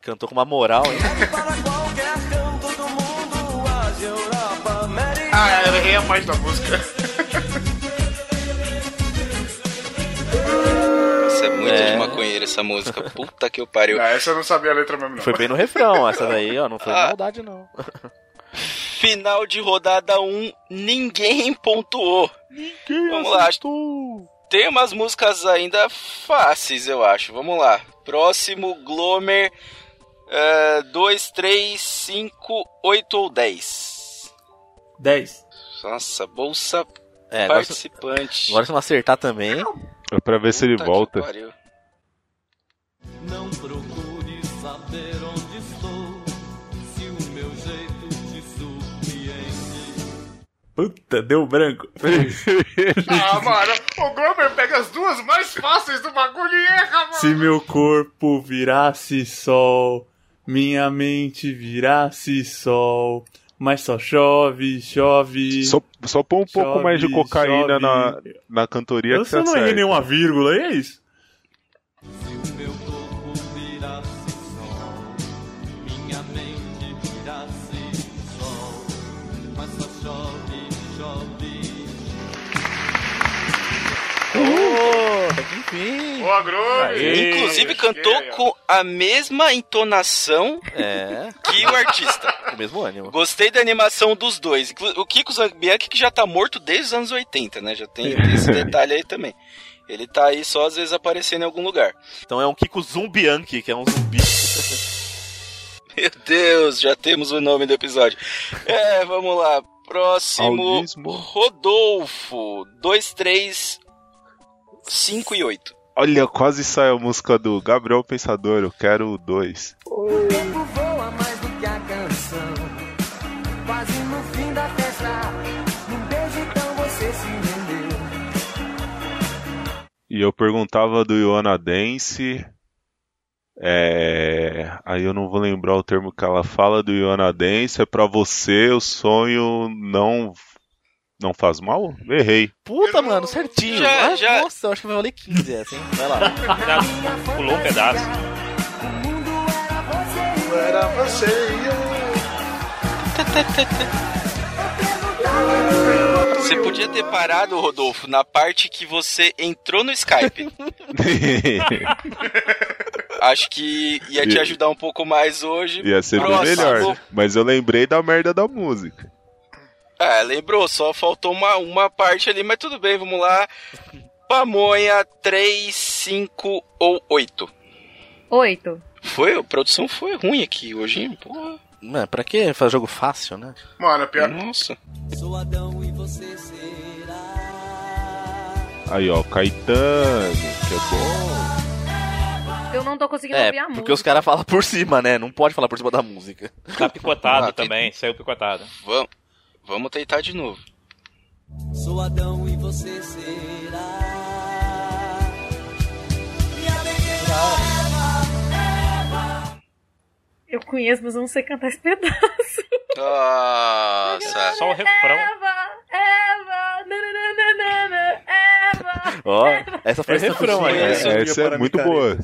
Speaker 4: Cantou com uma moral, hein?
Speaker 12: Para qualquer canto do mundo, Ásia, Europa, América.
Speaker 9: Ah, eu errei a parte da música.
Speaker 2: Isso é muito
Speaker 4: É.
Speaker 2: de maconheiro essa música. Puta que eu pariu.
Speaker 9: Ah, essa eu não sabia a letra mesmo, não.
Speaker 4: Foi bem no refrão, essa daí, ó. Não foi
Speaker 2: Ah.
Speaker 4: maldade, não.
Speaker 2: Final de rodada 1, ninguém (laughs) pontuou. Vamos lá. Tem umas músicas ainda fáceis, eu acho. Vamos lá. Próximo, Glomer. é, 2, 3, 5, 8 ou 10.
Speaker 7: 10.
Speaker 2: Nossa, bolsa
Speaker 4: É, agora se,
Speaker 2: participante.
Speaker 4: agora se não acertar também.
Speaker 3: É pra ver se ele
Speaker 2: Puta que
Speaker 3: volta.
Speaker 2: pariu.
Speaker 12: Não procure saber onde estou, se o meu jeito te surpreende.
Speaker 7: Puta, deu branco.
Speaker 9: Ah, mano, o Grover pega as duas mais fáceis do bagulho e erra, mano.
Speaker 7: Se meu corpo virasse sol, minha mente virasse sol, mas só chove, chove.
Speaker 3: Só, só põe um pouco
Speaker 7: Chove,
Speaker 3: mais de cocaína
Speaker 7: chove.
Speaker 3: na, na cantoria
Speaker 7: Eu
Speaker 3: que tá você
Speaker 4: tá
Speaker 7: só não errei
Speaker 3: acerta.
Speaker 7: nenhuma vírgula, e é isso.
Speaker 12: Minha mente virasse sol, mas só chove, chove.
Speaker 4: Enfim.
Speaker 9: Boa, Grover.
Speaker 2: Inclusive cantou com a mesma entonação
Speaker 4: É.
Speaker 2: que o artista.
Speaker 4: O mesmo ânimo.
Speaker 2: Gostei da animação dos dois. Inclu- O Kiko Zambianchi que já tá morto desde os anos 80, né? Já
Speaker 4: (laughs)
Speaker 2: tem tem esse detalhe aí também. Ele tá aí só às vezes aparecendo em algum lugar.
Speaker 4: Então é um Kiko Zumbianchi, que é um zumbi.
Speaker 2: (laughs) Meu Deus, já temos o nome do episódio. É, vamos lá. Próximo.
Speaker 3: Audismo.
Speaker 2: Rodolfo. 2, 3, 5 e 8.
Speaker 3: Olha, quase sai a música do Gabriel Pensador, eu quero o 2.
Speaker 12: O tempo voa mais do que a canção. Quase no fim da festa, num beijo então você se rendeu.
Speaker 3: E eu perguntava do Iona Dance. É... Aí eu não vou lembrar o termo que ela fala do Iona Dance. É pra você, o sonho não não faz mal? Errei. (laughs)
Speaker 4: Puta, mano, certinho.
Speaker 12: Já-
Speaker 4: Ah,
Speaker 12: já-
Speaker 4: Nossa, eu acho que vai valer 15 essa, hein? Vai lá.
Speaker 5: Pulou um pedaço.
Speaker 12: Era você e
Speaker 2: Você podia ter parado, Rodolfo, na parte que você entrou no Skype. Acho que ia te ajudar um pouco mais hoje.
Speaker 3: Ia ser bem
Speaker 2: Próximo.
Speaker 3: melhor. né? Mas eu lembrei da merda da música.
Speaker 2: É, lembrou, só faltou uma, uma parte ali, mas tudo bem, vamos lá. Pamonha 3, 5 ou 8.
Speaker 8: Oito.
Speaker 2: Foi, a produção foi ruim aqui hoje, hein? Porra.
Speaker 4: Mano, pra que fazer jogo fácil, né?
Speaker 9: Mano, é pior.
Speaker 2: Nossa.
Speaker 12: Sou Adão e você será.
Speaker 3: Aí, ó, Caetano, que é bom.
Speaker 8: Eu não tô conseguindo
Speaker 4: É,
Speaker 8: ouvir a música.
Speaker 4: porque os caras falam por cima, né? Não pode falar por cima da música.
Speaker 5: Tá picotado também, saiu picotado.
Speaker 2: Vamos, vamos tentar de novo.
Speaker 12: Sou Adão e você será.
Speaker 8: Eu conheço, mas eu não sei cantar esse pedaço.
Speaker 2: Nossa.
Speaker 5: Só o refrão.
Speaker 8: (laughs) Eva, Eva, nananana, Eva.
Speaker 4: Ó, essa foi
Speaker 2: É refrão aí, né?
Speaker 3: É, essa é muito boa.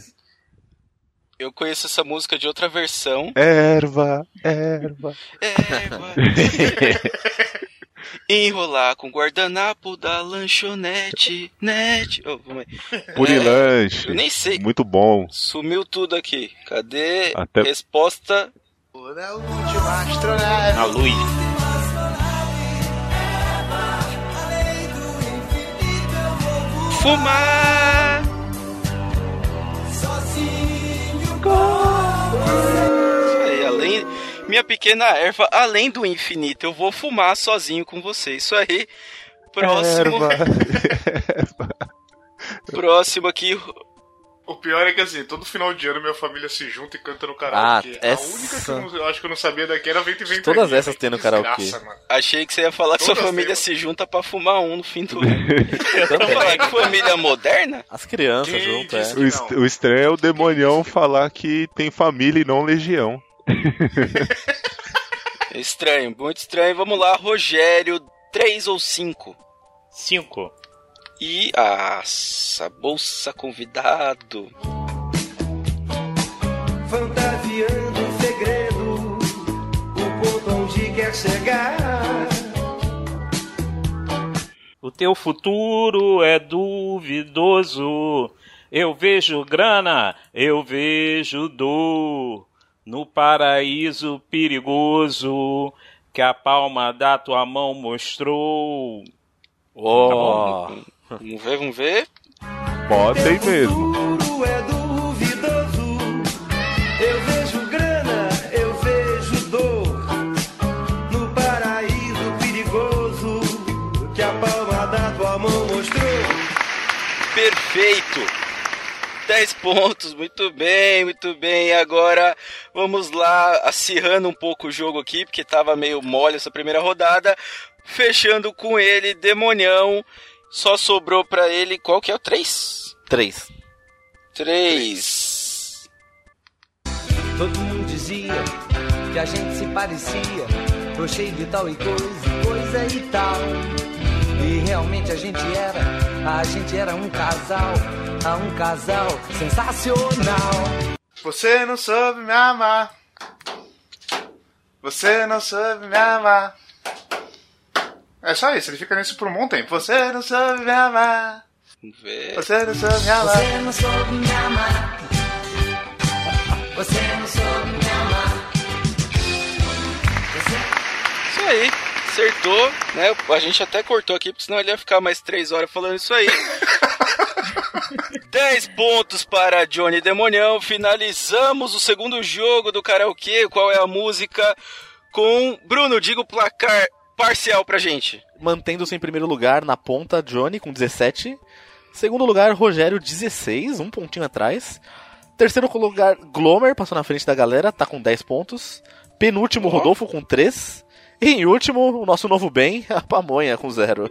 Speaker 2: Eu conheço essa música de outra versão. É,
Speaker 3: Erva, erva.
Speaker 2: Erva. (laughs) Enrolar com guardanapo da lanchonete. Net. Oh, vamos aí.
Speaker 3: Purilanche.
Speaker 2: Eu nem sei.
Speaker 3: Muito bom.
Speaker 2: Sumiu tudo aqui. Cadê?
Speaker 3: Até-
Speaker 2: Resposta.
Speaker 5: Na luz.
Speaker 2: Fumar.
Speaker 12: Sozinho
Speaker 2: Isso aí, além. Minha pequena erva, além do infinito, eu vou fumar sozinho com você. Isso aí. Próximo.
Speaker 3: Erva.
Speaker 2: Próximo aqui.
Speaker 9: O pior é que assim, todo final de ano minha família se junta e canta no karaokê.
Speaker 4: Ah, essa-
Speaker 9: A única que eu, não- eu acho que eu não sabia daqui era Vento e Vento.
Speaker 4: Todas essas tem no karaokê.
Speaker 9: Desgraça, mano.
Speaker 2: Achei que você ia falar que sua
Speaker 9: Todas
Speaker 2: família
Speaker 9: elas.
Speaker 2: se junta pra fumar um no fim
Speaker 3: (laughs)
Speaker 2: do ano.
Speaker 4: Também.
Speaker 2: Falar que família moderna?
Speaker 4: As crianças
Speaker 9: Quem
Speaker 4: junto, é.
Speaker 9: disse
Speaker 3: (laughs) O, est- o estranho é o demonião falar que tem família e não legião.
Speaker 2: Estranho, muito estranho. Vamos lá, Rogério, 3 ou 5?
Speaker 5: Cinco.
Speaker 2: E. Nossa, bolsa convidado.
Speaker 12: Fantasiando um segredo, o ponto onde quer chegar.
Speaker 5: O teu futuro é duvidoso. Eu vejo grana, eu vejo dor. No paraíso perigoso que a palma da tua mão mostrou.
Speaker 4: Ó.
Speaker 5: Tá bom?
Speaker 2: Vamos ver, vamos ver.
Speaker 3: Podem mesmo.
Speaker 12: Futuro é duvidoso. Eu vejo grana, eu vejo dor. No paraíso perigoso que a palma da tua mão mostrou.
Speaker 2: Perfeito! 10 pontos, muito bem, muito bem. E Agora vamos lá, acirrando um pouco o jogo aqui, porque tava meio mole essa primeira rodada. Fechando com ele, Demonião. Só sobrou pra ele qual que é o 3?
Speaker 4: 3.
Speaker 2: 3.
Speaker 12: Todo mundo dizia que a gente se parecia, tô cheio de tal e coisa, coisa e tal. E realmente a gente era, a gente era um casal, a um casal sensacional.
Speaker 9: Você não soube me amar. Você não soube me amar. É só isso, ele fica nisso por um bom tempo. Você não soube me amar. Você não soube me amar.
Speaker 12: Você não soube me amar. Você não soube me amar.
Speaker 2: Isso aí. Acertou, né? A gente até cortou aqui, porque senão ele ia ficar mais 3 horas falando isso aí. 10 pontos para Johnny Demonião. Finalizamos o segundo jogo do karaokê. Qual é a música? Com Bruno, diga o placar parcial pra gente.
Speaker 4: Mantendo-se em primeiro lugar na ponta, Johnny com 17. Segundo lugar, Rogério 16, um pontinho atrás. Terceiro lugar, Glomer passou na frente da galera, tá com 10 pontos. Penúltimo, Rodolfo com 3. E em último, o nosso novo bem, (laughs) a Pamonha com 0.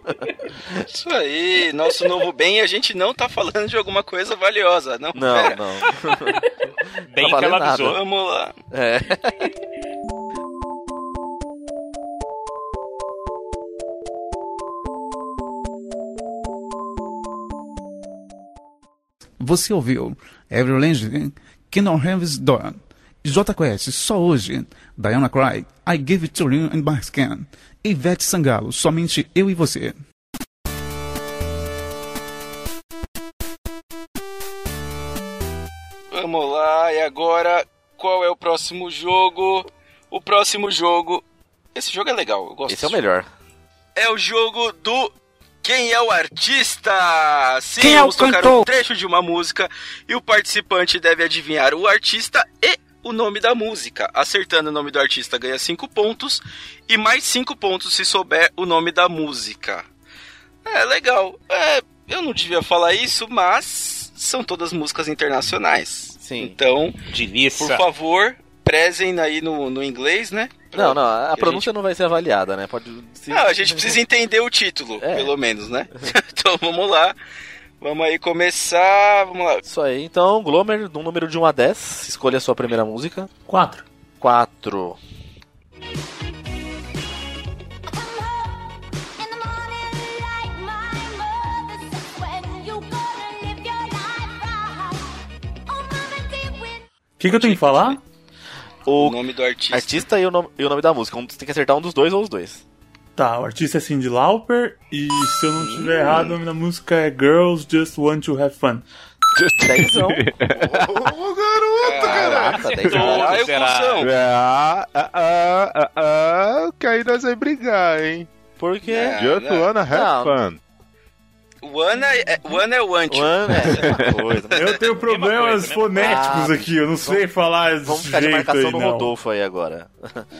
Speaker 2: Isso aí, nosso novo bem, a gente não tá falando de alguma coisa valiosa, não?
Speaker 4: Não,
Speaker 2: pera.
Speaker 4: não.
Speaker 2: (laughs) Bem
Speaker 4: Não valeu nada.
Speaker 2: Vamos lá.
Speaker 4: É.
Speaker 13: Você ouviu Every Lange, Kingdom Heaven's Dawn, J Quest, Só Hoje, Diana Cry, I Give It To You and Baskin, Ivete Sangalo, Somente Eu e Você.
Speaker 2: Vamos lá, e agora qual é o próximo jogo? O próximo jogo. Esse jogo é legal, eu gosto.
Speaker 4: Esse é o melhor.
Speaker 2: É o jogo do Quem é o Artista? Sim,
Speaker 4: Quem é o
Speaker 2: vamos tocar
Speaker 4: cantor?
Speaker 2: um trecho de uma música e o participante deve adivinhar o artista e o nome da música. Acertando o nome do artista ganha 5 pontos e mais 5 pontos se souber o nome da música. É legal. É, eu não devia falar isso, mas são todas músicas internacionais.
Speaker 4: Sim.
Speaker 2: Então,
Speaker 5: Delícia.
Speaker 2: por favor, prezem aí no, no inglês, né?
Speaker 4: Não, não, a
Speaker 2: Que
Speaker 4: pronúncia não vai ser avaliada, né? Pode. se-
Speaker 2: Não, a gente precisa entender o título, pelo menos, né? (laughs) então vamos lá. Vamos aí começar. Vamos lá.
Speaker 4: Isso aí, então, Glomer, de um número de 1 a 10, escolha a sua primeira música.
Speaker 7: 4.
Speaker 4: 4.
Speaker 8: Oh,
Speaker 7: O que, que eu tenho que falar?
Speaker 4: O,
Speaker 2: nome do artista.
Speaker 4: Artista e o, nome, e o nome da música. Um- Você tem que acertar um dos dois ou os dois.
Speaker 7: Tá, o artista é Cindy Lauper e se eu não tiver errado, o nome da música é Girls Just Want to Have Fun.
Speaker 4: Dezão.
Speaker 9: Ô, garoto,
Speaker 2: Ah,
Speaker 4: Caraca,
Speaker 9: caralho.
Speaker 3: Caralho, cuzão. Ah, ah, ah, ah, ah, que aí nós vamos brigar, hein?
Speaker 4: Por quê?
Speaker 3: Just
Speaker 2: não.
Speaker 3: wanna have
Speaker 2: É, né? Não.
Speaker 3: fun.
Speaker 2: O Ana é o Ana é o anti.
Speaker 4: é (laughs)
Speaker 7: Eu tenho problemas fonéticos
Speaker 2: Ah,
Speaker 7: aqui, eu não sei falar desse
Speaker 4: né? Vamos ficar de
Speaker 7: jeito
Speaker 4: marcação
Speaker 7: aí,
Speaker 4: no
Speaker 7: não.
Speaker 4: Rodolfo aí agora.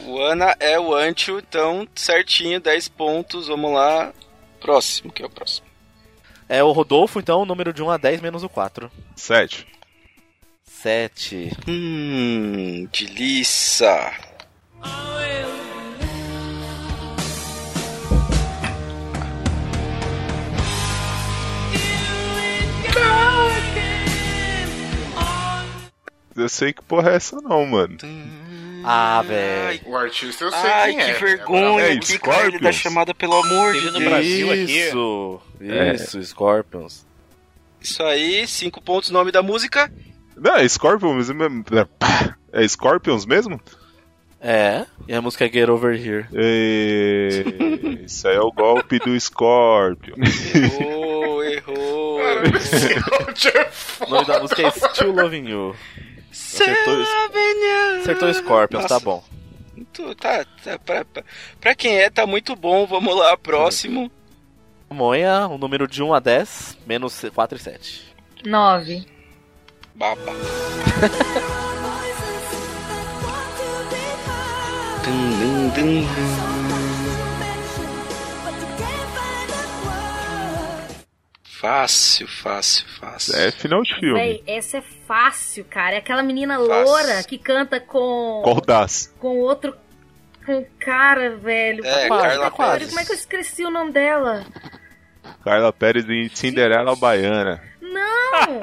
Speaker 2: O Ana é o anti, então certinho, 10 pontos. Vamos lá. Próximo, que é o próximo.
Speaker 4: É o Rodolfo, então, o número de 1 a 10 menos o 4.
Speaker 3: 7.
Speaker 4: 7.
Speaker 2: Hum, delícia.
Speaker 3: Eu sei que porra é essa não, mano.
Speaker 4: Ah, velho.
Speaker 9: O artista eu sei
Speaker 2: Ai,
Speaker 9: quem
Speaker 2: que
Speaker 9: é.
Speaker 2: vergonha.
Speaker 3: É,
Speaker 2: que cara, ele
Speaker 3: Scorpions?
Speaker 2: dá chamada pelo amor
Speaker 5: Teve
Speaker 2: de
Speaker 5: no
Speaker 2: Deus.
Speaker 5: Brasil aqui.
Speaker 4: Isso.
Speaker 3: É.
Speaker 4: Isso, Scorpions.
Speaker 2: Isso aí, 5 pontos. Nome da música?
Speaker 3: Não, é Scorpions mesmo. Pá! É Scorpions mesmo?
Speaker 4: É. E a música é Get Over Here.
Speaker 14: (laughs)
Speaker 3: E... Isso aí é o golpe do Scorpion.
Speaker 2: Errou, errou.
Speaker 9: (laughs)
Speaker 4: O nome da música é Still Loving You. Acertou, acertou Scorpions, tá
Speaker 2: Nossa.
Speaker 4: bom.
Speaker 2: Tu- Tá, tá, pra, pra- pra quem é, tá muito bom. Vamos lá, próximo.
Speaker 4: Monha, o número de 1 a 10, menos 4 e 7.
Speaker 8: 9.
Speaker 2: Baba. Fácil, fácil, fácil.
Speaker 3: É final de filme.
Speaker 8: Véi, essa é fácil, cara. É aquela menina
Speaker 3: Fácil.
Speaker 8: loura que canta com
Speaker 3: Cordas.
Speaker 8: com outro
Speaker 14: com um cara, velho.
Speaker 2: É,
Speaker 14: Puta
Speaker 2: Carla
Speaker 14: que pariu,
Speaker 2: Pérez.
Speaker 14: Como é que eu esqueci o nome dela?
Speaker 3: Carla Pérez em Cinderela Baiana.
Speaker 14: Não!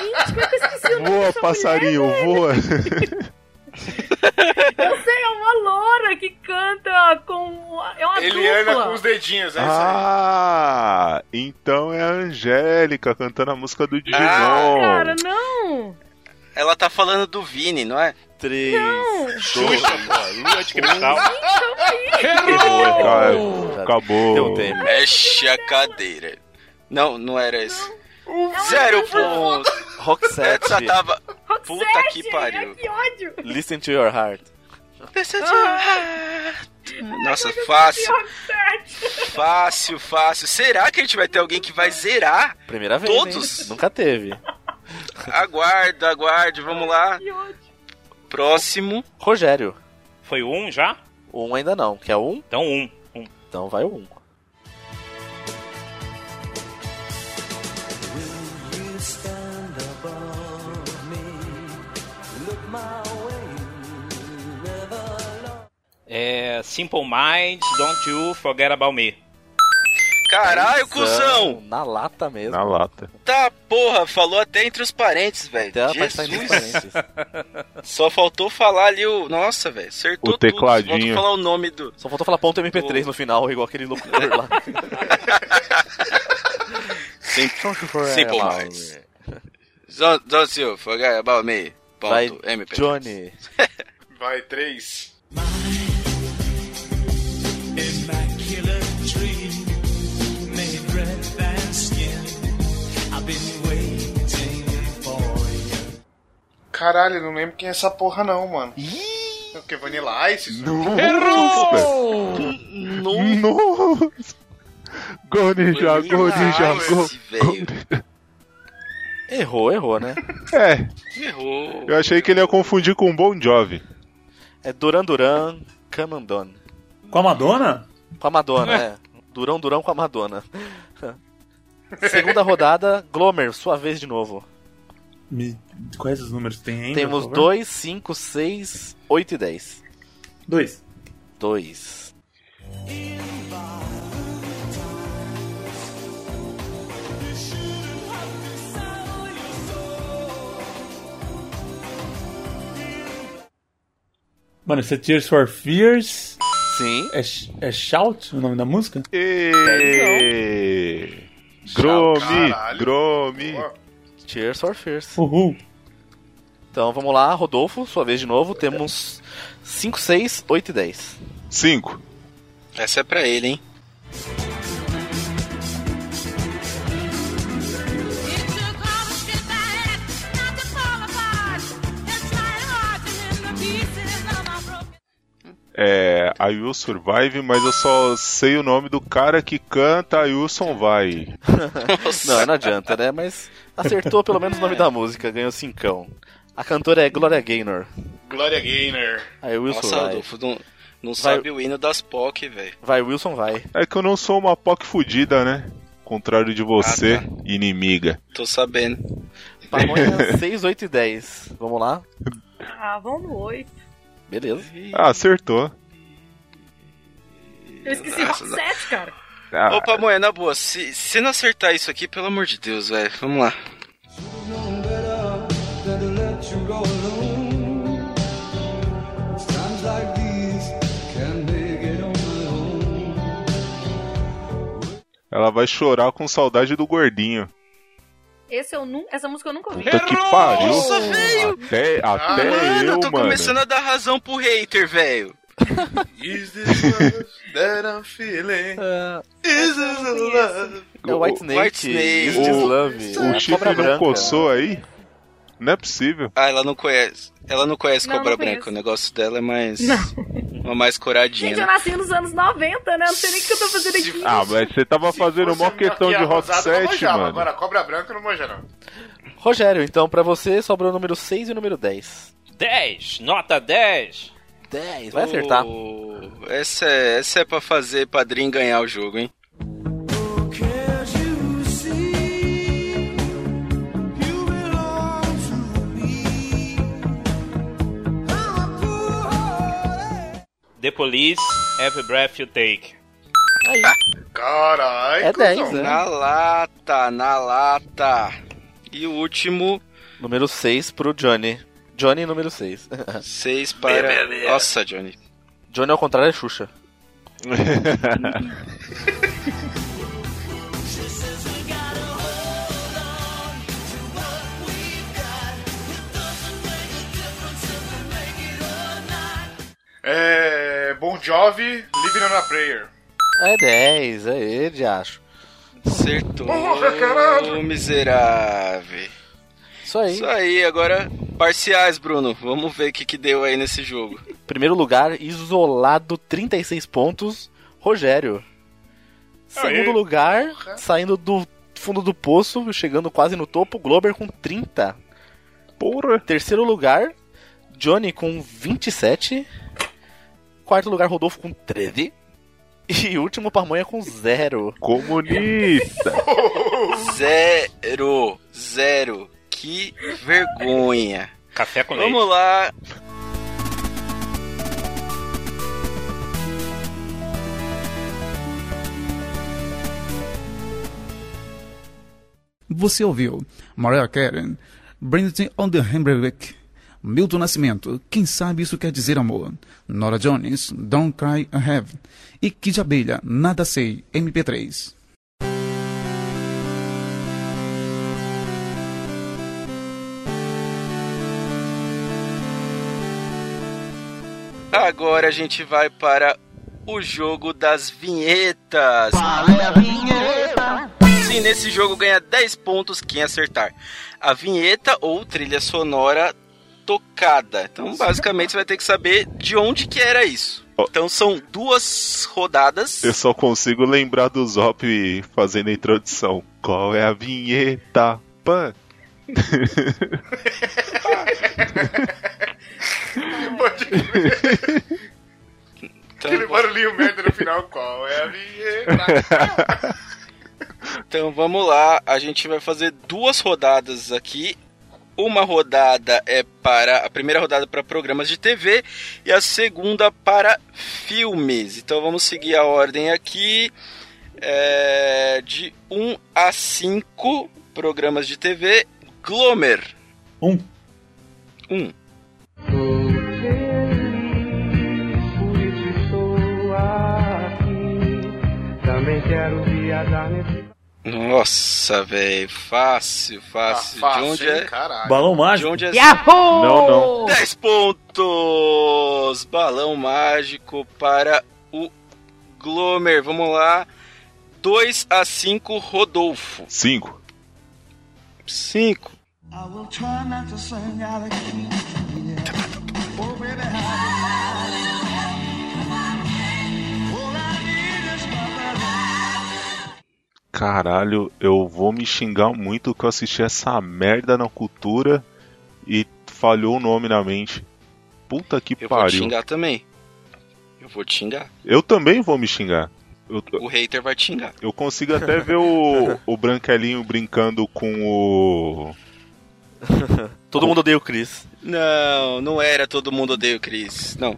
Speaker 14: Gente, como é que eu esqueci o nome
Speaker 3: Voa,
Speaker 14: dessa
Speaker 3: passarinho,
Speaker 14: mulher, é velho?
Speaker 3: voa. (laughs)
Speaker 14: Eu sei, é uma loura que canta com... É uma
Speaker 9: Eliana
Speaker 14: dupla.
Speaker 9: com os dedinhos, é isso aí.
Speaker 3: ah, então é a Angélica cantando a música do Digimon.
Speaker 14: Ah, Cara, não!
Speaker 2: Ela tá falando do Vini, não é? Três.
Speaker 15: Xuxa, pô. Lua de cristal.
Speaker 3: Cara, acabou.
Speaker 2: Mexe a cadeira. Não, não era esse. Zero ponto. (laughs)
Speaker 4: Roxette.
Speaker 2: Essa tava. Puta que
Speaker 14: Gente,
Speaker 2: pariu.
Speaker 14: Que ódio!
Speaker 4: Listen to your heart.
Speaker 2: assim, ah. Nossa, fácil. Fácil, fácil. Será que a gente vai ter alguém que vai zerar?
Speaker 4: Primeira vez.
Speaker 2: Todos?
Speaker 4: hein? Nunca teve.
Speaker 2: Aguardo, aguarde. Vamos lá. Próximo.
Speaker 4: Rogério.
Speaker 15: Foi um já?
Speaker 4: Um ainda não. Quer um?
Speaker 15: Então um. um.
Speaker 4: Então vai um.
Speaker 12: You stand above me, look my way, never long.
Speaker 15: É. Simple Minds, Don't You Forget About Me.
Speaker 2: Caralho, cuzão!
Speaker 4: Na lata mesmo.
Speaker 3: Na lata.
Speaker 2: Tá, porra, falou até entre os parentes, velho.
Speaker 4: Tá, mas tá entre os
Speaker 2: Jesus. Só faltou falar ali o. Nossa, velho, acertou
Speaker 3: O
Speaker 2: tudo.
Speaker 3: tecladinho.
Speaker 2: Só faltou falar o nome do.
Speaker 4: Só faltou falar ponto MP3 no final, igual aquele
Speaker 2: (laughs)
Speaker 4: louco lá.
Speaker 2: Simple, Simple Minds. Don't, don't you forget about me. Ponto.
Speaker 4: Vai,
Speaker 2: MP.
Speaker 4: Johnny.
Speaker 9: Vai, três.
Speaker 12: Immaculate dream, made red than skin. I've been waiting for you.
Speaker 9: Caralho, não lembro quem é essa porra não, mano. É O que? Vanilla Ice? isso?
Speaker 12: Errou!
Speaker 3: Nossa! Go ninja, go ninja, go.
Speaker 4: Errou, errou, né?
Speaker 3: É,
Speaker 2: Errou.
Speaker 3: eu achei que ele ia confundir com o Bon Jovi.
Speaker 4: É Duran Duran, Camandon.
Speaker 7: Com a Madonna?
Speaker 4: Com a Madonna, é. Durão Durão com a Madonna. (laughs) Segunda rodada, Glomer, sua vez de novo.
Speaker 7: Me... Quais os números tem ainda?
Speaker 4: Temos
Speaker 7: por favor?
Speaker 4: 2, 5, 6, 8 e 10.
Speaker 7: Dois.
Speaker 4: 2.
Speaker 7: Mano, isso é Tears for Fears?
Speaker 4: Sim.
Speaker 7: É, sh- é Shout o nome da música?
Speaker 3: E... Gromi, Gromi.
Speaker 4: Cheers for Fears.
Speaker 7: Uhul.
Speaker 4: Então vamos lá, Rodolfo, sua vez de novo. Temos 5, 6, 8 e 10.
Speaker 3: 5.
Speaker 2: Essa é pra ele, hein?
Speaker 3: É, I Will Survive, mas eu só sei o nome do cara que canta I Will Survive.
Speaker 4: não, não adianta, né? Mas acertou pelo menos o nome da música, ganhou cincão. A cantora é Gloria Gaynor.
Speaker 9: Gloria Gaynor.
Speaker 4: Aí o Wilson
Speaker 2: Nossa,
Speaker 4: vai.
Speaker 2: Rodolfo, não, não
Speaker 4: Vai-
Speaker 2: sabe o hino das POC, velho.
Speaker 4: Vai, Wilson, vai.
Speaker 3: É que eu não sou uma POC fudida, né? Contrário de você, inimiga.
Speaker 2: Tô sabendo.
Speaker 4: Pamonha 6, 8 e 10. Vamos lá?
Speaker 8: Ah, vamos no 8.
Speaker 4: Beleza.
Speaker 3: Ah, acertou.
Speaker 8: Eu esqueci
Speaker 2: Nossa,
Speaker 8: o 7, cara.
Speaker 3: Ah,
Speaker 2: Ô, Pamonha, na boa, se, se não acertar isso aqui, pelo amor de Deus, velho, vamos lá.
Speaker 12: Than to let you go alone. It's times like these can make it on my own.
Speaker 3: ela vai chorar com saudade do gordinho.
Speaker 8: Esse eu nu... Essa música eu nunca ouvi.
Speaker 3: Puta que pariu.
Speaker 2: Nossa, velho! Ah,
Speaker 3: Até, até
Speaker 2: mano,
Speaker 3: É eu,
Speaker 2: eu tô
Speaker 3: mano.
Speaker 2: começando a dar razão pro hater, velho.
Speaker 9: Is this love that I'm feeling? Is this love?
Speaker 4: É o White Snake. Is This Love.
Speaker 3: O,
Speaker 4: É a
Speaker 3: o chifre
Speaker 4: Cobra
Speaker 3: não
Speaker 4: Branca. né?
Speaker 3: coçou aí? Não é possível.
Speaker 2: Ah, ela não conhece. Ela não conhece
Speaker 8: Não,
Speaker 2: Cobra
Speaker 8: não conheço.
Speaker 2: Branca. O negócio dela é mais. Uma mais coradinha.
Speaker 8: Gente, eu
Speaker 2: né?
Speaker 8: nasci nos anos 90, né? Não sei nem o que eu tô fazendo aqui.
Speaker 3: Ah, mas você tava fazendo uma questão
Speaker 9: E a
Speaker 3: de Hot
Speaker 9: rosada não
Speaker 3: 7,
Speaker 9: manjava,
Speaker 3: mano.
Speaker 9: Agora, a cobra branca eu não manja, não.
Speaker 4: Rogério, então, pra você sobrou o número 6 e o número 10.
Speaker 15: 10, nota 10.
Speaker 4: 10, vai acertar.
Speaker 2: Ô, Essa é, essa é pra fazer padrinho ganhar o jogo, hein?
Speaker 12: Can't you see? You belong to me. Now
Speaker 15: Police, Every Breath You Take.
Speaker 9: Aí. Caralho,
Speaker 2: É 10, né? Na lata, na lata. E o último.
Speaker 4: Número 6 pro Johnny. Johnny, número 6.
Speaker 2: 6 para.
Speaker 4: Bem, bem, bem.
Speaker 2: Nossa, Johnny.
Speaker 4: (laughs) Johnny, ao contrário, é Xuxa.
Speaker 9: É. Bon Jovi, Living on a Prayer.
Speaker 4: É 10, é ele, acho.
Speaker 2: Acertou.
Speaker 9: Porra, caralho!
Speaker 2: Ô, miserável.
Speaker 4: Isso aí.
Speaker 2: Isso aí, agora parciais, Bruno. Vamos ver o que, que deu aí nesse jogo.
Speaker 4: Primeiro lugar, isolado, 36 pontos, Rogério. Segundo
Speaker 2: Aê.
Speaker 4: lugar, saindo do fundo do poço, chegando quase no topo, Glober com 30.
Speaker 3: Porra.
Speaker 4: Terceiro lugar, Johnny com 27. Quarto lugar, Rodolfo com 13. E último, Pamonha com 0.
Speaker 3: Comunista!
Speaker 2: Zero. Zero. Que vergonha.
Speaker 15: Café com
Speaker 2: Vamos lá.
Speaker 13: Você ouviu Mariah Carey, Brandy on the Hembrick, Milton Nascimento, Quem Sabe Isso Quer Dizer Amor, Nora Jones, Don't Cry I Have, e Kid Abelha, Nada Sei, MP3.
Speaker 2: Agora a gente vai para o jogo das vinhetas. Sim, nesse jogo ganha 10 pontos quem acertar a vinheta ou trilha sonora tocada. Então, basicamente, você vai ter que saber de onde que era isso. Então, são duas rodadas.
Speaker 3: Eu só consigo lembrar do Zop fazendo a introdução. Qual é a vinheta? Pã.
Speaker 9: Pode crer.
Speaker 2: Então,
Speaker 9: Aquele barulhinho merda no final, qual é a vinheta?
Speaker 2: Então vamos lá, a gente vai fazer duas rodadas aqui. Uma rodada é para a primeira rodada para programas de TV e a segunda para filmes. Então vamos seguir a ordem aqui é, de 1 a 5 programas de TV. Glomer.
Speaker 7: Um.
Speaker 2: Um.
Speaker 12: Também quero viajar nesse.
Speaker 2: Nossa, velho, fácil, fácil.
Speaker 12: Tá fácil,
Speaker 2: de onde
Speaker 12: hein,
Speaker 2: é?
Speaker 12: caralho.
Speaker 3: Ah,
Speaker 7: Balão
Speaker 2: De
Speaker 7: mágico.
Speaker 2: onde é?
Speaker 12: Yahoo! Não, não.
Speaker 2: 10 pontos! Balão mágico para o Glomer. Vamos lá. 2 a 5, Rodolfo.
Speaker 3: 5.
Speaker 2: 5.
Speaker 12: I will try not to sing out of key. Oh, baby,
Speaker 3: Caralho, eu vou me xingar muito que eu assisti essa merda na cultura e falhou o nome na mente. Puta que
Speaker 2: Eu vou te
Speaker 3: pariu.
Speaker 2: xingar também. Eu vou te xingar.
Speaker 3: Eu também vou me xingar. Eu,
Speaker 2: O hater vai te xingar.
Speaker 3: eu consigo até ver o, o Branquelinho brincando com o.
Speaker 4: Todo mundo odeia o Chris.
Speaker 2: Não, não era todo mundo odeia o Chris. Não.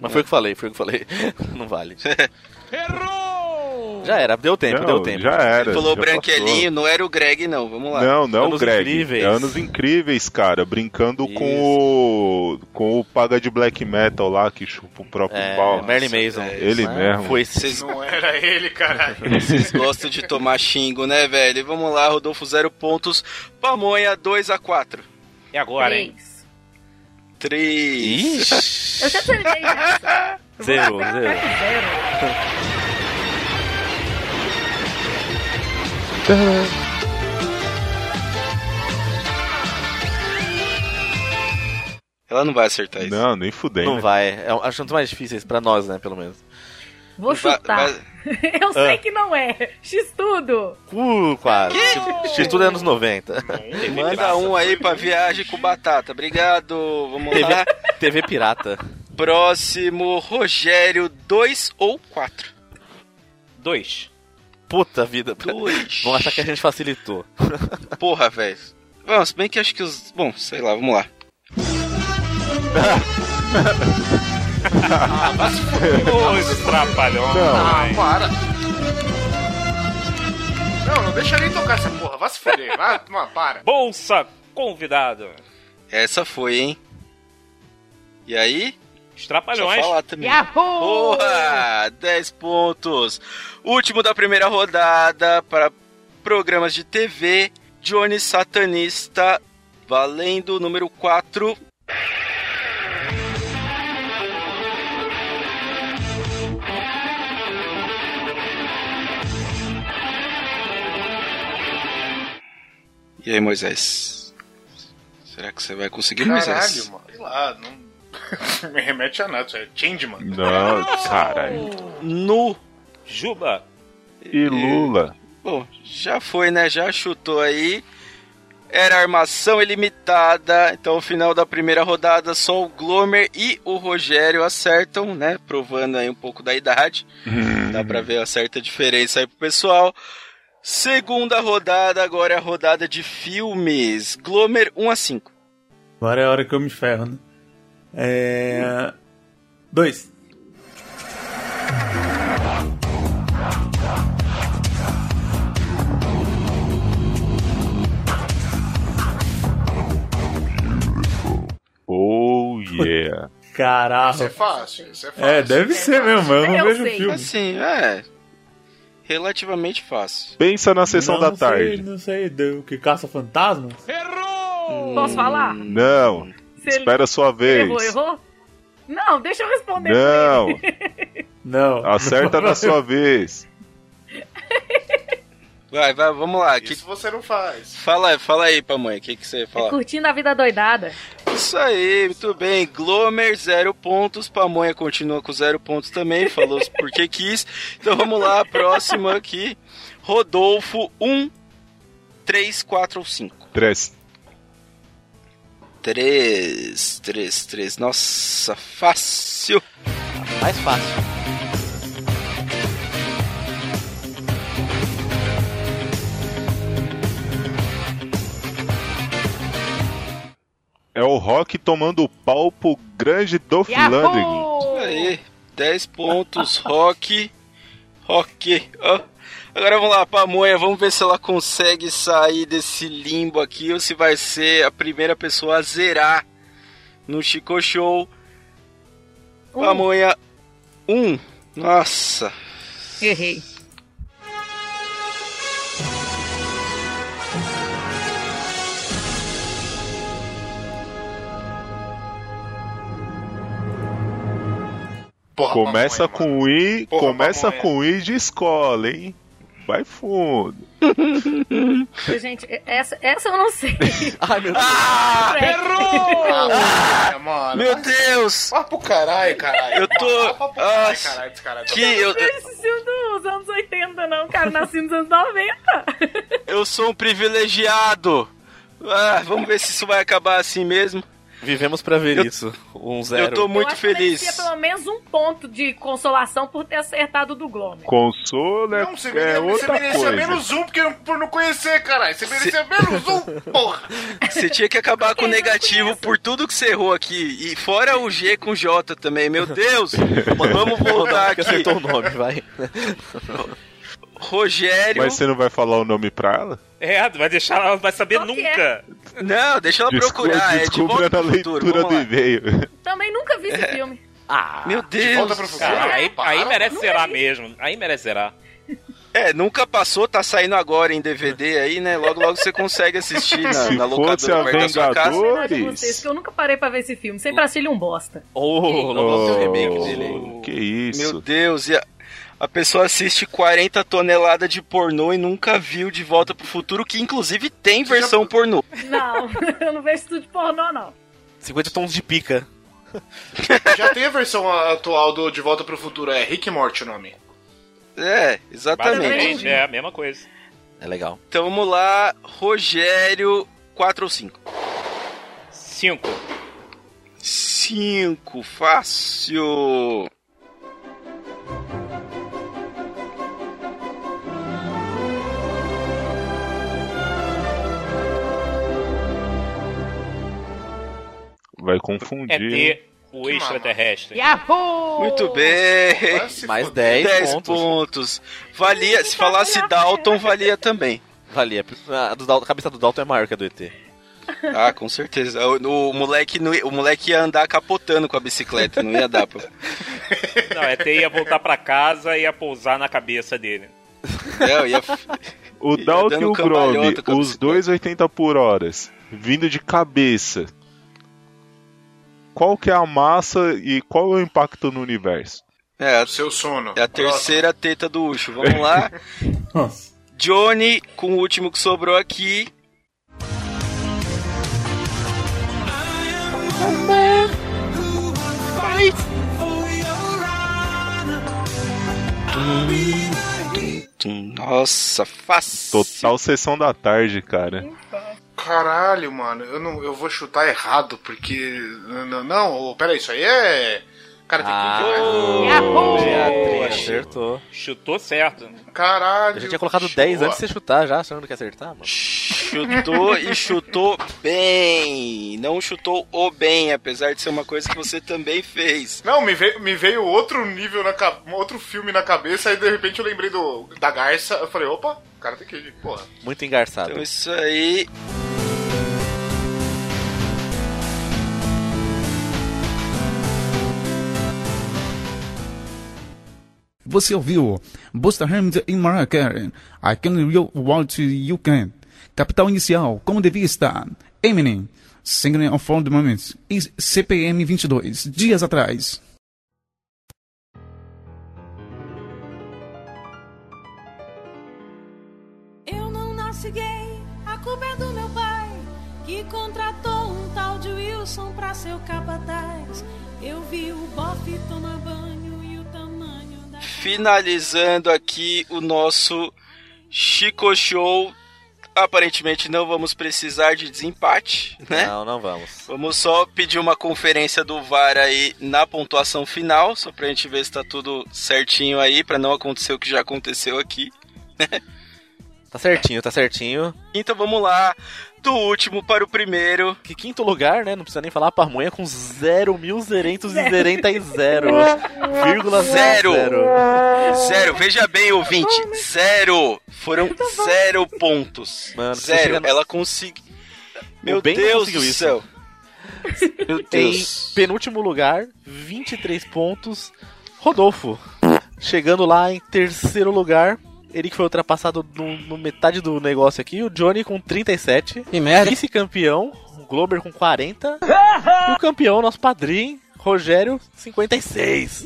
Speaker 4: Mas foi o que eu falei, foi o que eu falei. (laughs) Não vale. Já era, deu tempo,
Speaker 3: Não,
Speaker 4: deu tempo.
Speaker 3: já era.
Speaker 2: Falou
Speaker 3: já
Speaker 2: branquelinho, não era o Greg, não. Vamos lá.
Speaker 3: Não, (laughs) não, é o Greg.
Speaker 4: Incríveis.
Speaker 3: É Anos incríveis, cara. Brincando com o. com o paga de black metal lá que chupa o próprio
Speaker 4: É,
Speaker 3: pau.
Speaker 4: Merlin Mason.
Speaker 3: Ele mesmo.
Speaker 4: Foi
Speaker 2: Vocês
Speaker 9: Não era
Speaker 3: (laughs)
Speaker 9: ele, caralho.
Speaker 2: Vocês gostam de tomar xingo, né, velho? Vamos lá, Rodolfo, zero pontos. Pamonha, 2 a 4
Speaker 15: E agora, hein?
Speaker 2: 3.
Speaker 8: Eu já terminei essa. Eu vou
Speaker 4: Zero,
Speaker 8: até
Speaker 4: zero.
Speaker 8: com zero.
Speaker 2: Ela não vai acertar isso.
Speaker 3: Não, nem fudei. né?
Speaker 4: Não vai. É, um- acho um dos mais difíceis pra nós, né, pelo menos.
Speaker 2: (laughs)
Speaker 8: Vou chutar. (laughs) Eu sei
Speaker 4: Ah.
Speaker 8: que não é. X tudo.
Speaker 4: Uh, quase. X tudo é anos 90.
Speaker 2: Manda um aí pra viagem com batata. Obrigado. Vamos
Speaker 4: TV,
Speaker 2: lá.
Speaker 4: TV pirata.
Speaker 2: Próximo, Rogério, 2 ou 4?
Speaker 15: 2.
Speaker 4: Puta vida.
Speaker 2: Dois.
Speaker 4: Vão achar que a gente facilitou.
Speaker 2: Porra, velho. Vamos, se bem que acho que os. Bom, sei lá, vamos lá.
Speaker 5: ah, mas os trapalhões.
Speaker 9: Ah,
Speaker 5: hein?
Speaker 9: para. Não, não deixa nem tocar essa porra. Vai se foder. Vai, mano, para.
Speaker 5: Bolsa convidado.
Speaker 2: Essa foi, hein? E aí?
Speaker 5: Os trapalhões.
Speaker 2: Só falar também.
Speaker 5: Yahoo!
Speaker 2: Porra! 10 pontos. Último da primeira rodada para programas de TV. Johnny Satanista, valendo o número 4. E aí, Moisés? Será que é você vai conseguir, Moisés?
Speaker 9: Caralho, mano. Sei lá, não... (laughs) Me remete a nada, isso é Changeman.
Speaker 3: Não,
Speaker 4: (laughs)
Speaker 3: cara.
Speaker 2: Nu.
Speaker 5: Juba.
Speaker 3: E Lula.
Speaker 2: Bom, já foi, né? Já chutou aí. Era armação ilimitada. Então, no final da primeira rodada, só o Glomer e o Rogério acertam, né? Provando aí um pouco da idade. Dá pra ver a certa diferença aí pro pessoal. Segunda rodada, agora é a rodada de filmes. Glomer 1 a 5.
Speaker 7: Agora é a hora que eu me ferro, né? É. Dois.
Speaker 3: Oh yeah.
Speaker 7: Caralho.
Speaker 9: Isso é fácil, isso é fácil.
Speaker 7: É, deve ser mesmo, eu não vejo o filme.
Speaker 2: Assim, é. Relativamente fácil.
Speaker 3: Pensa na sessão
Speaker 7: Não
Speaker 3: da
Speaker 7: sei,
Speaker 3: tarde.
Speaker 7: não sei, do que caça fantasma?
Speaker 8: Posso falar?
Speaker 3: Não.
Speaker 8: Se ele-
Speaker 3: Espera a sua vez.
Speaker 8: Errou, errou? Não, deixa eu responder.
Speaker 3: Não.
Speaker 8: pra ele.
Speaker 7: Não. (laughs)
Speaker 3: Acerta
Speaker 2: (laughs)
Speaker 3: na sua vez.
Speaker 2: Vai, vai, vamos lá. Que...
Speaker 9: Isso você não faz.
Speaker 2: Fala, fala aí pra mãe, o que, que você fala?
Speaker 8: É Curtindo a vida doidada.
Speaker 2: Isso aí, muito bem. Glomer, zero pontos. Pamonha continua com zero pontos também, falou (laughs) porque quis. Então vamos lá, próxima aqui. Rodolfo, um, três, quatro ou cinco.
Speaker 3: Três.
Speaker 2: Três, três, três. Nossa, fácil.
Speaker 4: Mais fácil.
Speaker 3: É o Rock tomando pau pro grande Dolph Lundgren.
Speaker 2: Isso aí, 10 pontos, Rock. Rock. ó. Agora vamos lá, Pamonha, vamos ver se ela consegue sair desse limbo aqui ou se vai ser a primeira pessoa a zerar no Chico Show.
Speaker 8: Um.
Speaker 2: Pamonha, 1. Um. Nossa.
Speaker 8: Errei.
Speaker 3: começa com I,
Speaker 2: Porra,
Speaker 3: começa
Speaker 2: pamonha.
Speaker 3: com I de escola, hein? Vai fundo.
Speaker 8: Gente, essa, essa eu não sei.
Speaker 4: (laughs) Ai, meu Deus.
Speaker 2: Ah,
Speaker 9: Ah, mano.
Speaker 2: Meu Deus!
Speaker 9: Vá pro caralho, caralho.
Speaker 2: Eu tô-
Speaker 9: Vá pro caralho,
Speaker 2: Ah,
Speaker 9: caralho, tá esse cara.
Speaker 2: que eu-
Speaker 8: Não existiu dos anos 80, não, cara. Nasci nos anos 90.
Speaker 2: Eu sou um privilegiado. Ah, vamos ver se isso vai acabar assim mesmo.
Speaker 4: Vivemos pra ver isso. Um zero.
Speaker 2: Eu tô muito
Speaker 8: eu acho que
Speaker 2: feliz.
Speaker 8: merecia pelo menos um ponto de consolação por ter acertado do Glomer.
Speaker 3: Consolo é,
Speaker 9: Não, você
Speaker 3: é
Speaker 9: merecia, você
Speaker 3: outra
Speaker 9: merecia
Speaker 3: coisa.
Speaker 9: menos um porque, por não conhecer, caralho. Você merecia menos um, porra.
Speaker 2: Você tinha que acabar com o negativo por tudo que você errou aqui. E fora o G com J também, meu Deus! Vamos voltar
Speaker 4: que
Speaker 2: aqui.
Speaker 4: acertou o nome, vai.
Speaker 2: Rogério.
Speaker 3: Mas você não vai falar o nome pra ela?
Speaker 5: É, vai deixar, ela não vai saber nunca.
Speaker 2: Não, deixa ela
Speaker 3: Descu-
Speaker 2: procurar. É de
Speaker 3: Descubra
Speaker 2: volta
Speaker 3: na
Speaker 2: pro futuro.
Speaker 3: leitura do
Speaker 2: Vamos lá.
Speaker 3: e-mail.
Speaker 8: Também nunca vi
Speaker 2: É.
Speaker 8: esse filme.
Speaker 4: Ah,
Speaker 2: Meu Deus!
Speaker 5: Cara, aí, aí merece
Speaker 8: Não
Speaker 5: zerar mesmo. Aí merece zerar.
Speaker 2: É, nunca passou, tá saindo agora em DVD aí, né? Logo, logo você consegue assistir na,
Speaker 3: Se
Speaker 2: na
Speaker 3: fosse a
Speaker 2: locadora perto da sua casa.
Speaker 8: Verdade a vocês,
Speaker 3: Vingadores.
Speaker 8: que eu nunca parei pra ver esse filme. Sempre achei ele um bosta.
Speaker 3: (laughs)
Speaker 4: Oh,
Speaker 2: Logo,
Speaker 3: Oh,
Speaker 2: logo tem o remake dele.
Speaker 3: que isso.
Speaker 2: Meu Deus, e a, a pessoa assiste 40 toneladas de pornô e nunca viu De Volta pro Futuro, que inclusive tem versão pornô.
Speaker 8: Não, (laughs) eu não vejo tudo de pornô, não.
Speaker 4: 50 tons de pica.
Speaker 9: Já tem a versão atual do De Volta pro Futuro, é Rick e Morty o nome.
Speaker 2: É, exatamente.
Speaker 5: Basicamente, é a mesma coisa.
Speaker 4: É legal.
Speaker 2: Então vamos lá, Rogério, 4 ou 5?
Speaker 5: Cinco.
Speaker 2: 5, fácil.
Speaker 3: Vai
Speaker 5: É
Speaker 3: confundir.
Speaker 5: É T.
Speaker 15: o extraterrestre.
Speaker 2: Yahoo! Muito bem. Mais 10, pontos. Valia, se falasse Dalton, valia (laughs) também.
Speaker 4: Valia. é, A, do Dalton- a cabeça do Dalton é maior que a do ET.
Speaker 2: Ah, com certeza. O, o moleque, não ia- o moleque ia andar capotando com a bicicleta, não ia dar (laughs) pra...
Speaker 15: Não, é ter ia voltar pra casa e ia pousar na cabeça dele.
Speaker 2: Não, É, ia...
Speaker 3: O Dalton e
Speaker 2: dando
Speaker 3: o Grob,
Speaker 2: cambalhota com a
Speaker 3: os dois 80 por horas, vindo de cabeça. Qual que é a massa e qual é o impacto no universo?
Speaker 2: É,
Speaker 9: seu sono.
Speaker 2: É a terceira teta do Ucho. Vamos lá. Johnny, com o último que sobrou aqui. Nossa, fácil.
Speaker 3: Total sessão da tarde, cara.
Speaker 9: Caralho, mano, eu, não, eu vou chutar errado, porque. Não, não, não ô, peraí, isso aí é. Cara, tem
Speaker 4: Ah.
Speaker 15: Boa,
Speaker 4: Acertou.
Speaker 15: Chutou certo.
Speaker 9: Caralho.
Speaker 4: Eu já tinha colocado 10 antes de você chutar já, achando que ia acertar, mano.
Speaker 2: Chutou e chutou bem. Não chutou o bem, apesar de ser uma coisa que você também fez.
Speaker 9: Não, me veio, me veio outro nível na ca- outro filme na cabeça, aí de repente eu lembrei do da Garça, eu falei, opa, cara tem que porra.
Speaker 4: Muito engarçado.
Speaker 2: Então isso aí.
Speaker 13: Você ouviu Busta Rhymes in Mariah Carey, I Can Real What You Can, Capital Inicial, Como Devia Estar, Eminem, Singing of All the Moments e CPM 22, dias atrás.
Speaker 16: Eu não nasci gay, a culpa é do meu pai, que contratou um tal de Wilson pra ser o capataz. Eu vi o bofe tomar banho e o tamanho da.
Speaker 2: Finalizando aqui o nosso Chico Show. Aparentemente não vamos precisar de desempate, né?
Speaker 4: Não, não vamos.
Speaker 2: Vamos só pedir uma conferência do VAR aí na pontuação final, só pra gente ver se tá tudo certinho aí, pra não acontecer o que já aconteceu aqui.
Speaker 4: Tá certinho, tá certinho.
Speaker 2: Então vamos lá, do último para o primeiro.
Speaker 4: Que quinto lugar, né? Não precisa nem falar a pamonha com 0.000. Vírgula
Speaker 2: Zero.
Speaker 4: zero.
Speaker 2: Zero, veja bem, ouvinte. Zero. Foram zero pontos.
Speaker 4: Mano, você chega
Speaker 2: zero.
Speaker 4: no-
Speaker 2: Ela conseguiu. Meu
Speaker 4: bem não
Speaker 2: Deus do
Speaker 4: conseguiu isso. (laughs)
Speaker 2: céu. Meu
Speaker 4: Em
Speaker 2: Deus.
Speaker 4: penúltimo lugar, 23 pontos, Rodolfo. Chegando lá em terceiro lugar, ele que foi ultrapassado no, no metade do negócio aqui, o Johnny com 37.
Speaker 10: Que merda.
Speaker 4: Vice-campeão, o Glober com 40. e o campeão, nosso padrinho, Rogério, 56.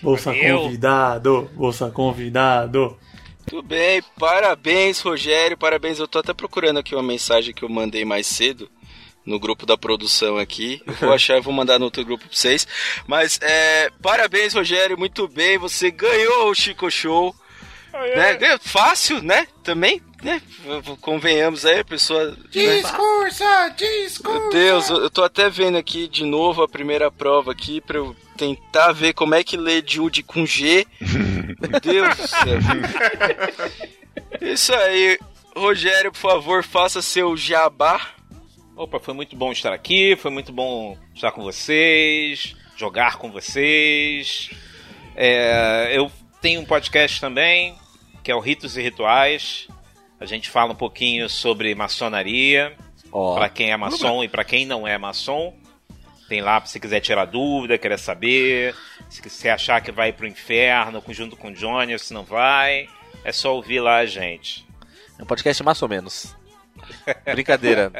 Speaker 7: Bolsa
Speaker 2: Eu.
Speaker 7: convidado, bolsa convidado.
Speaker 2: Muito bem, parabéns, Rogério, parabéns. Eu tô até procurando aqui uma mensagem que eu mandei mais cedo no grupo da produção aqui. Eu
Speaker 4: (laughs)
Speaker 2: vou achar e vou mandar no outro grupo pra vocês. Mas é, parabéns, Rogério, muito bem. Você ganhou o Chico Show. Né? Ganhou Fácil, né? Também, né? V- v- Convenhamos aí, a pessoa. né?
Speaker 12: Discursa, discursa.
Speaker 2: Meu Deus, eu eu tô até vendo aqui de novo a primeira prova aqui pra eu tentar ver como é que lê Jude com G. Meu Deus do céu. Isso aí. Rogério, por favor, faça seu jabá.
Speaker 15: Opa, foi muito bom estar aqui, foi muito bom estar com vocês, jogar com vocês. É, eu tenho um podcast também, que é o Ritos e Rituais. A gente fala um pouquinho sobre maçonaria, pra quem é maçom e pra quem não é maçom. Tem lá, se quiser tirar dúvida, querer saber, se você achar que vai pro inferno junto com o Johnny ou se não vai, é só ouvir lá a gente.
Speaker 4: É um podcast mais ou menos.
Speaker 2: (laughs)
Speaker 4: Brincadeira.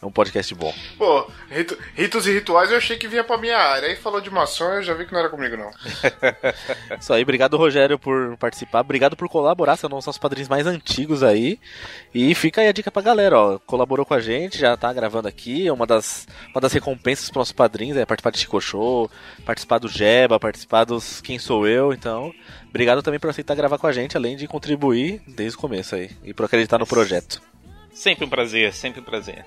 Speaker 4: é um podcast bom.
Speaker 9: Pô, ritu- ritos e rituais eu achei que vinha pra minha área. Aí falou de maçom, eu já vi que não era comigo não.
Speaker 4: Isso aí, obrigado Rogério por participar, obrigado por colaborar, são nossos padrinhos mais antigos aí. E fica aí a dica pra galera, ó, colaborou com a gente, já tá gravando aqui, é uma das, uma das recompensas pros nossos padrinhos, é participar de Chico Show, participar do Jeba, participar dos Quem Sou Eu, então, obrigado também por aceitar gravar com a gente, além de contribuir desde o começo aí, e por acreditar no projeto.
Speaker 15: Sempre um prazer, sempre um prazer.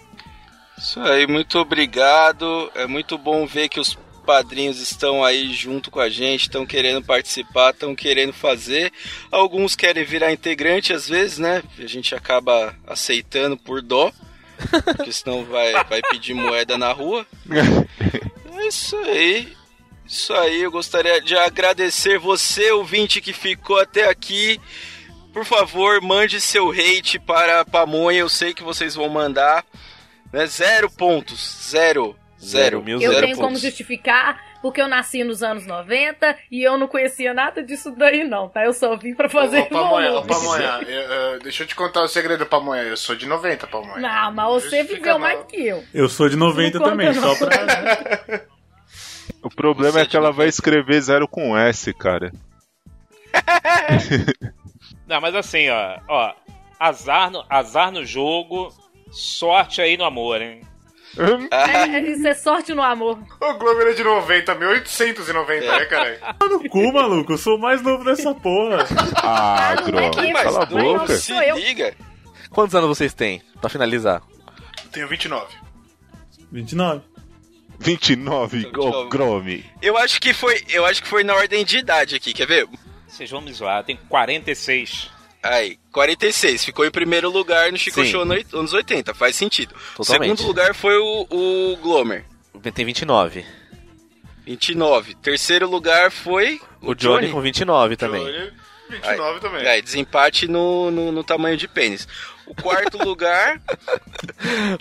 Speaker 2: Isso aí, muito obrigado. É muito bom ver que os padrinhos estão aí junto com a gente, estão querendo participar, estão querendo fazer. Alguns querem virar integrante às vezes, né? A gente acaba aceitando por dó. Porque senão vai, vai pedir moeda na rua. É isso aí. Isso aí, eu gostaria de agradecer você, ouvinte, que ficou até aqui. Por favor, mande seu hate para a Pamonha, eu sei que vocês vão mandar. Né? Zero pontos. Zero. Zero.
Speaker 8: Eu
Speaker 2: mil, zero
Speaker 8: tenho
Speaker 2: pontos.
Speaker 8: como justificar porque eu nasci nos anos 90 e eu não conhecia nada disso daí, não, tá? Eu só vim pra fazer.
Speaker 9: Ô, Pamonha, ô,
Speaker 8: volume.
Speaker 9: Pamonha, (laughs) eu- eu- deixa eu te contar o segredo, Pamonha. Eu sou de 90, Pamonha.
Speaker 8: Não, mas você viveu mais que eu.
Speaker 7: Eu sou de 90
Speaker 8: Não conta,
Speaker 7: também,
Speaker 8: não.
Speaker 7: só pra.
Speaker 3: O problema é que ela vai escrever zero com S, cara.
Speaker 5: Não, mas assim, ó, ó azar, no, azar no jogo, sorte aí no amor, hein?
Speaker 8: É, é, isso é sorte no amor.
Speaker 9: O Globo era de 90, 1890, né, caralho?
Speaker 7: No cu, maluco, eu sou o mais novo dessa porra.
Speaker 3: Ah,
Speaker 8: um
Speaker 7: droga, cala a boca.
Speaker 2: liga.
Speaker 4: Quantos anos vocês têm? Pra finalizar.
Speaker 9: Tenho 29.
Speaker 7: 29.
Speaker 3: 29, go- Grome.
Speaker 2: Então, Eu acho que foi. Eu acho que foi na ordem de idade aqui, quer ver?
Speaker 5: Vocês vão me zoar, eu tenho 46.
Speaker 2: Aí, 46. Ficou em primeiro lugar no Chico
Speaker 4: Sim.
Speaker 2: Show no oit- anos 80, faz sentido. O
Speaker 4: Totalmente.
Speaker 2: Segundo lugar foi o, o Glomer.
Speaker 4: Tem 29.
Speaker 2: 29. Terceiro lugar foi
Speaker 4: O Johnny, com 29
Speaker 9: Então,
Speaker 4: também.
Speaker 9: é 29 também.
Speaker 2: Aí, É, desempate no, no, no tamanho de pênis. O
Speaker 4: (laughs)
Speaker 2: quarto lugar,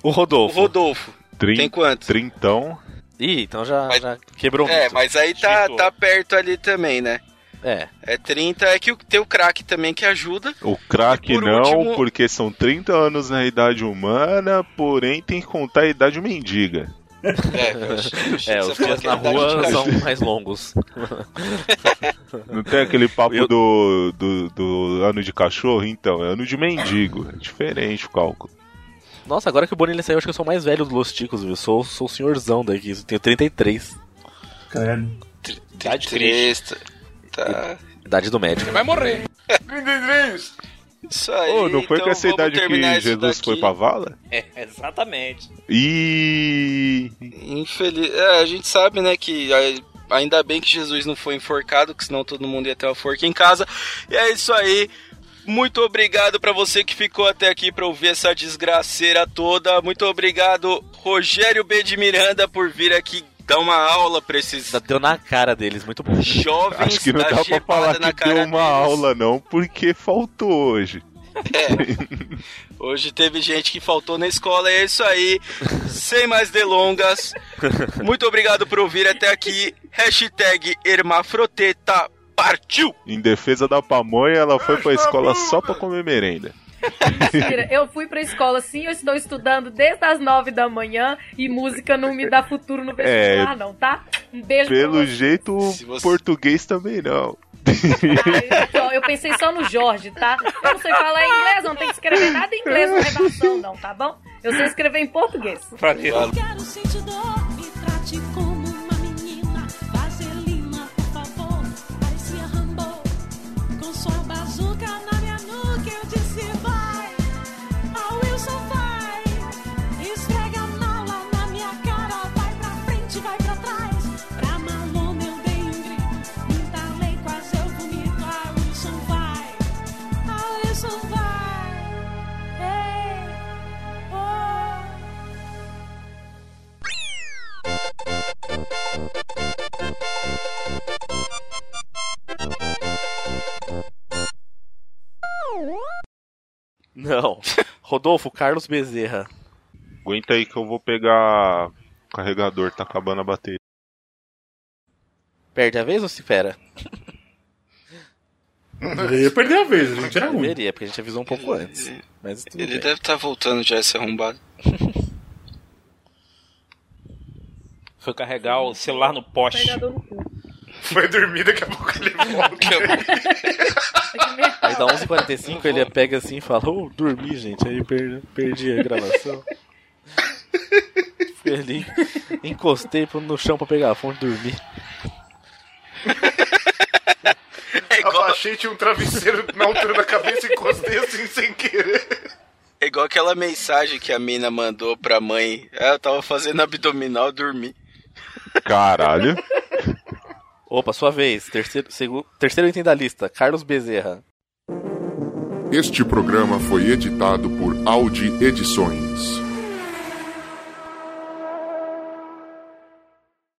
Speaker 4: O
Speaker 2: o
Speaker 4: Rodolfo.
Speaker 2: Rodolfo.
Speaker 3: Tem
Speaker 2: quanto?
Speaker 3: Trintão.
Speaker 4: Ih, então já, já quebrou
Speaker 2: É,
Speaker 4: muito.
Speaker 2: mas aí tá, tá perto ali também, né?
Speaker 4: É.
Speaker 2: É 30. É que o- tem o craque também que
Speaker 4: (laughs)
Speaker 2: ajuda.
Speaker 3: O craque
Speaker 2: E por
Speaker 3: não,
Speaker 2: último-
Speaker 3: porque são 30 anos na idade humana, porém tem que contar a idade mendiga.
Speaker 2: É,
Speaker 4: os dias na rua são mais longos.
Speaker 3: Não tem aquele papo do, do, do ano de cachorro? Então, é ano de mendigo. É diferente o cálculo.
Speaker 4: Nossa, agora que o Bonilha saiu, acho que eu sou o mais velho dos Los Ticos, viu? Sou, sou o senhorzão daqui, eu tenho 33.
Speaker 7: Credo.
Speaker 2: Idade Cristo. Tá.
Speaker 4: Idade do médico.
Speaker 2: Vai morrer. Isso aí.
Speaker 3: Ô, não foi
Speaker 2: então
Speaker 3: com essa
Speaker 2: vamos
Speaker 3: idade
Speaker 2: terminar
Speaker 3: que
Speaker 2: isso
Speaker 3: Jesus
Speaker 2: daqui.
Speaker 3: foi pra vala?
Speaker 5: É, exatamente.
Speaker 3: E
Speaker 2: Infeliz... É, a gente sabe, né, que a- ainda bem que Jesus não foi enforcado, que senão todo mundo ia ter uma forca em casa. E é isso aí. Muito obrigado pra você que ficou até aqui pra ouvir essa desgraceira toda. Muito obrigado, Rogério B. de Miranda, por vir aqui dar uma aula pra esses
Speaker 4: Deu na cara deles, muito bom.
Speaker 2: jovens
Speaker 3: acho que não
Speaker 2: da
Speaker 3: dá pra
Speaker 2: gepada
Speaker 3: falar
Speaker 2: na
Speaker 3: que
Speaker 2: cara
Speaker 3: deu uma aula, não, porque faltou hoje.
Speaker 2: Hoje teve gente que faltou na escola e é isso aí. Sem mais delongas. Muito obrigado por ouvir até aqui. Hashtag Hermafroteta partiu!
Speaker 3: Em defesa da pamonha, ela foi pra escola só pra comer merenda.
Speaker 8: Mentira, eu fui pra escola sim, eu estou estudando desde as nove da manhã e música não me dá futuro no vestibular,
Speaker 3: É.
Speaker 8: não, tá? Um beijo pra
Speaker 3: Pelo (laughs)
Speaker 8: vocês.
Speaker 3: jeito, o português também não.
Speaker 8: Só- Eu pensei só no Jorge, tá? Eu não sei falar inglês, eu não tenho que escrever nada em inglês na redação, não, tá bom? Eu sei escrever em português.
Speaker 16: Eu quero sentir dor, me trate como uma menina. Vaselina, por favor, parecia Rambo. Com sua bazuca na minha nuca, eu disse vai. A Wilson vai. Esfrega a mala na minha cara, vai pra frente, vai pra trás. Pra Malone eu dei um grito, me entalei, quase eu vomito. A Wilson vai. A Wilson vai. Ei, oh.
Speaker 4: Não. (laughs) Rodolfo Carlos Bezerra.
Speaker 3: Aguenta aí que eu vou pegar o carregador, tá acabando a bateria.
Speaker 4: Perde a vez ou se fera?
Speaker 7: Deveria perder a vez, a gente era É ruim.
Speaker 4: Deveria, porque a gente avisou um pouco antes. Mas tudo
Speaker 2: Ele
Speaker 4: bem.
Speaker 2: deve estar voltando já esse arrombado.
Speaker 5: Foi carregar o celular no
Speaker 8: Tá
Speaker 5: poste.
Speaker 9: Foi dormir, (laughs) daqui a pouco ele
Speaker 8: Tá
Speaker 4: Aí dá 11h45, ele pega assim e fala, ô, dormi, gente. Aí perdi, perdi a gravação. Fui ali, encostei pro- no chão pra pegar a fonte e dormir.
Speaker 2: É
Speaker 9: Abaixei, tinha um travesseiro na altura da cabeça e encostei assim sem querer.
Speaker 2: É igual aquela mensagem que a mina mandou pra mãe. Ela tava fazendo abdominal dormir.
Speaker 3: Caralho.
Speaker 4: Opa, sua vez. Terceiro, segu... terceiro item da lista, Carlos Bezerra.
Speaker 1: Este programa foi editado por Audi Edições.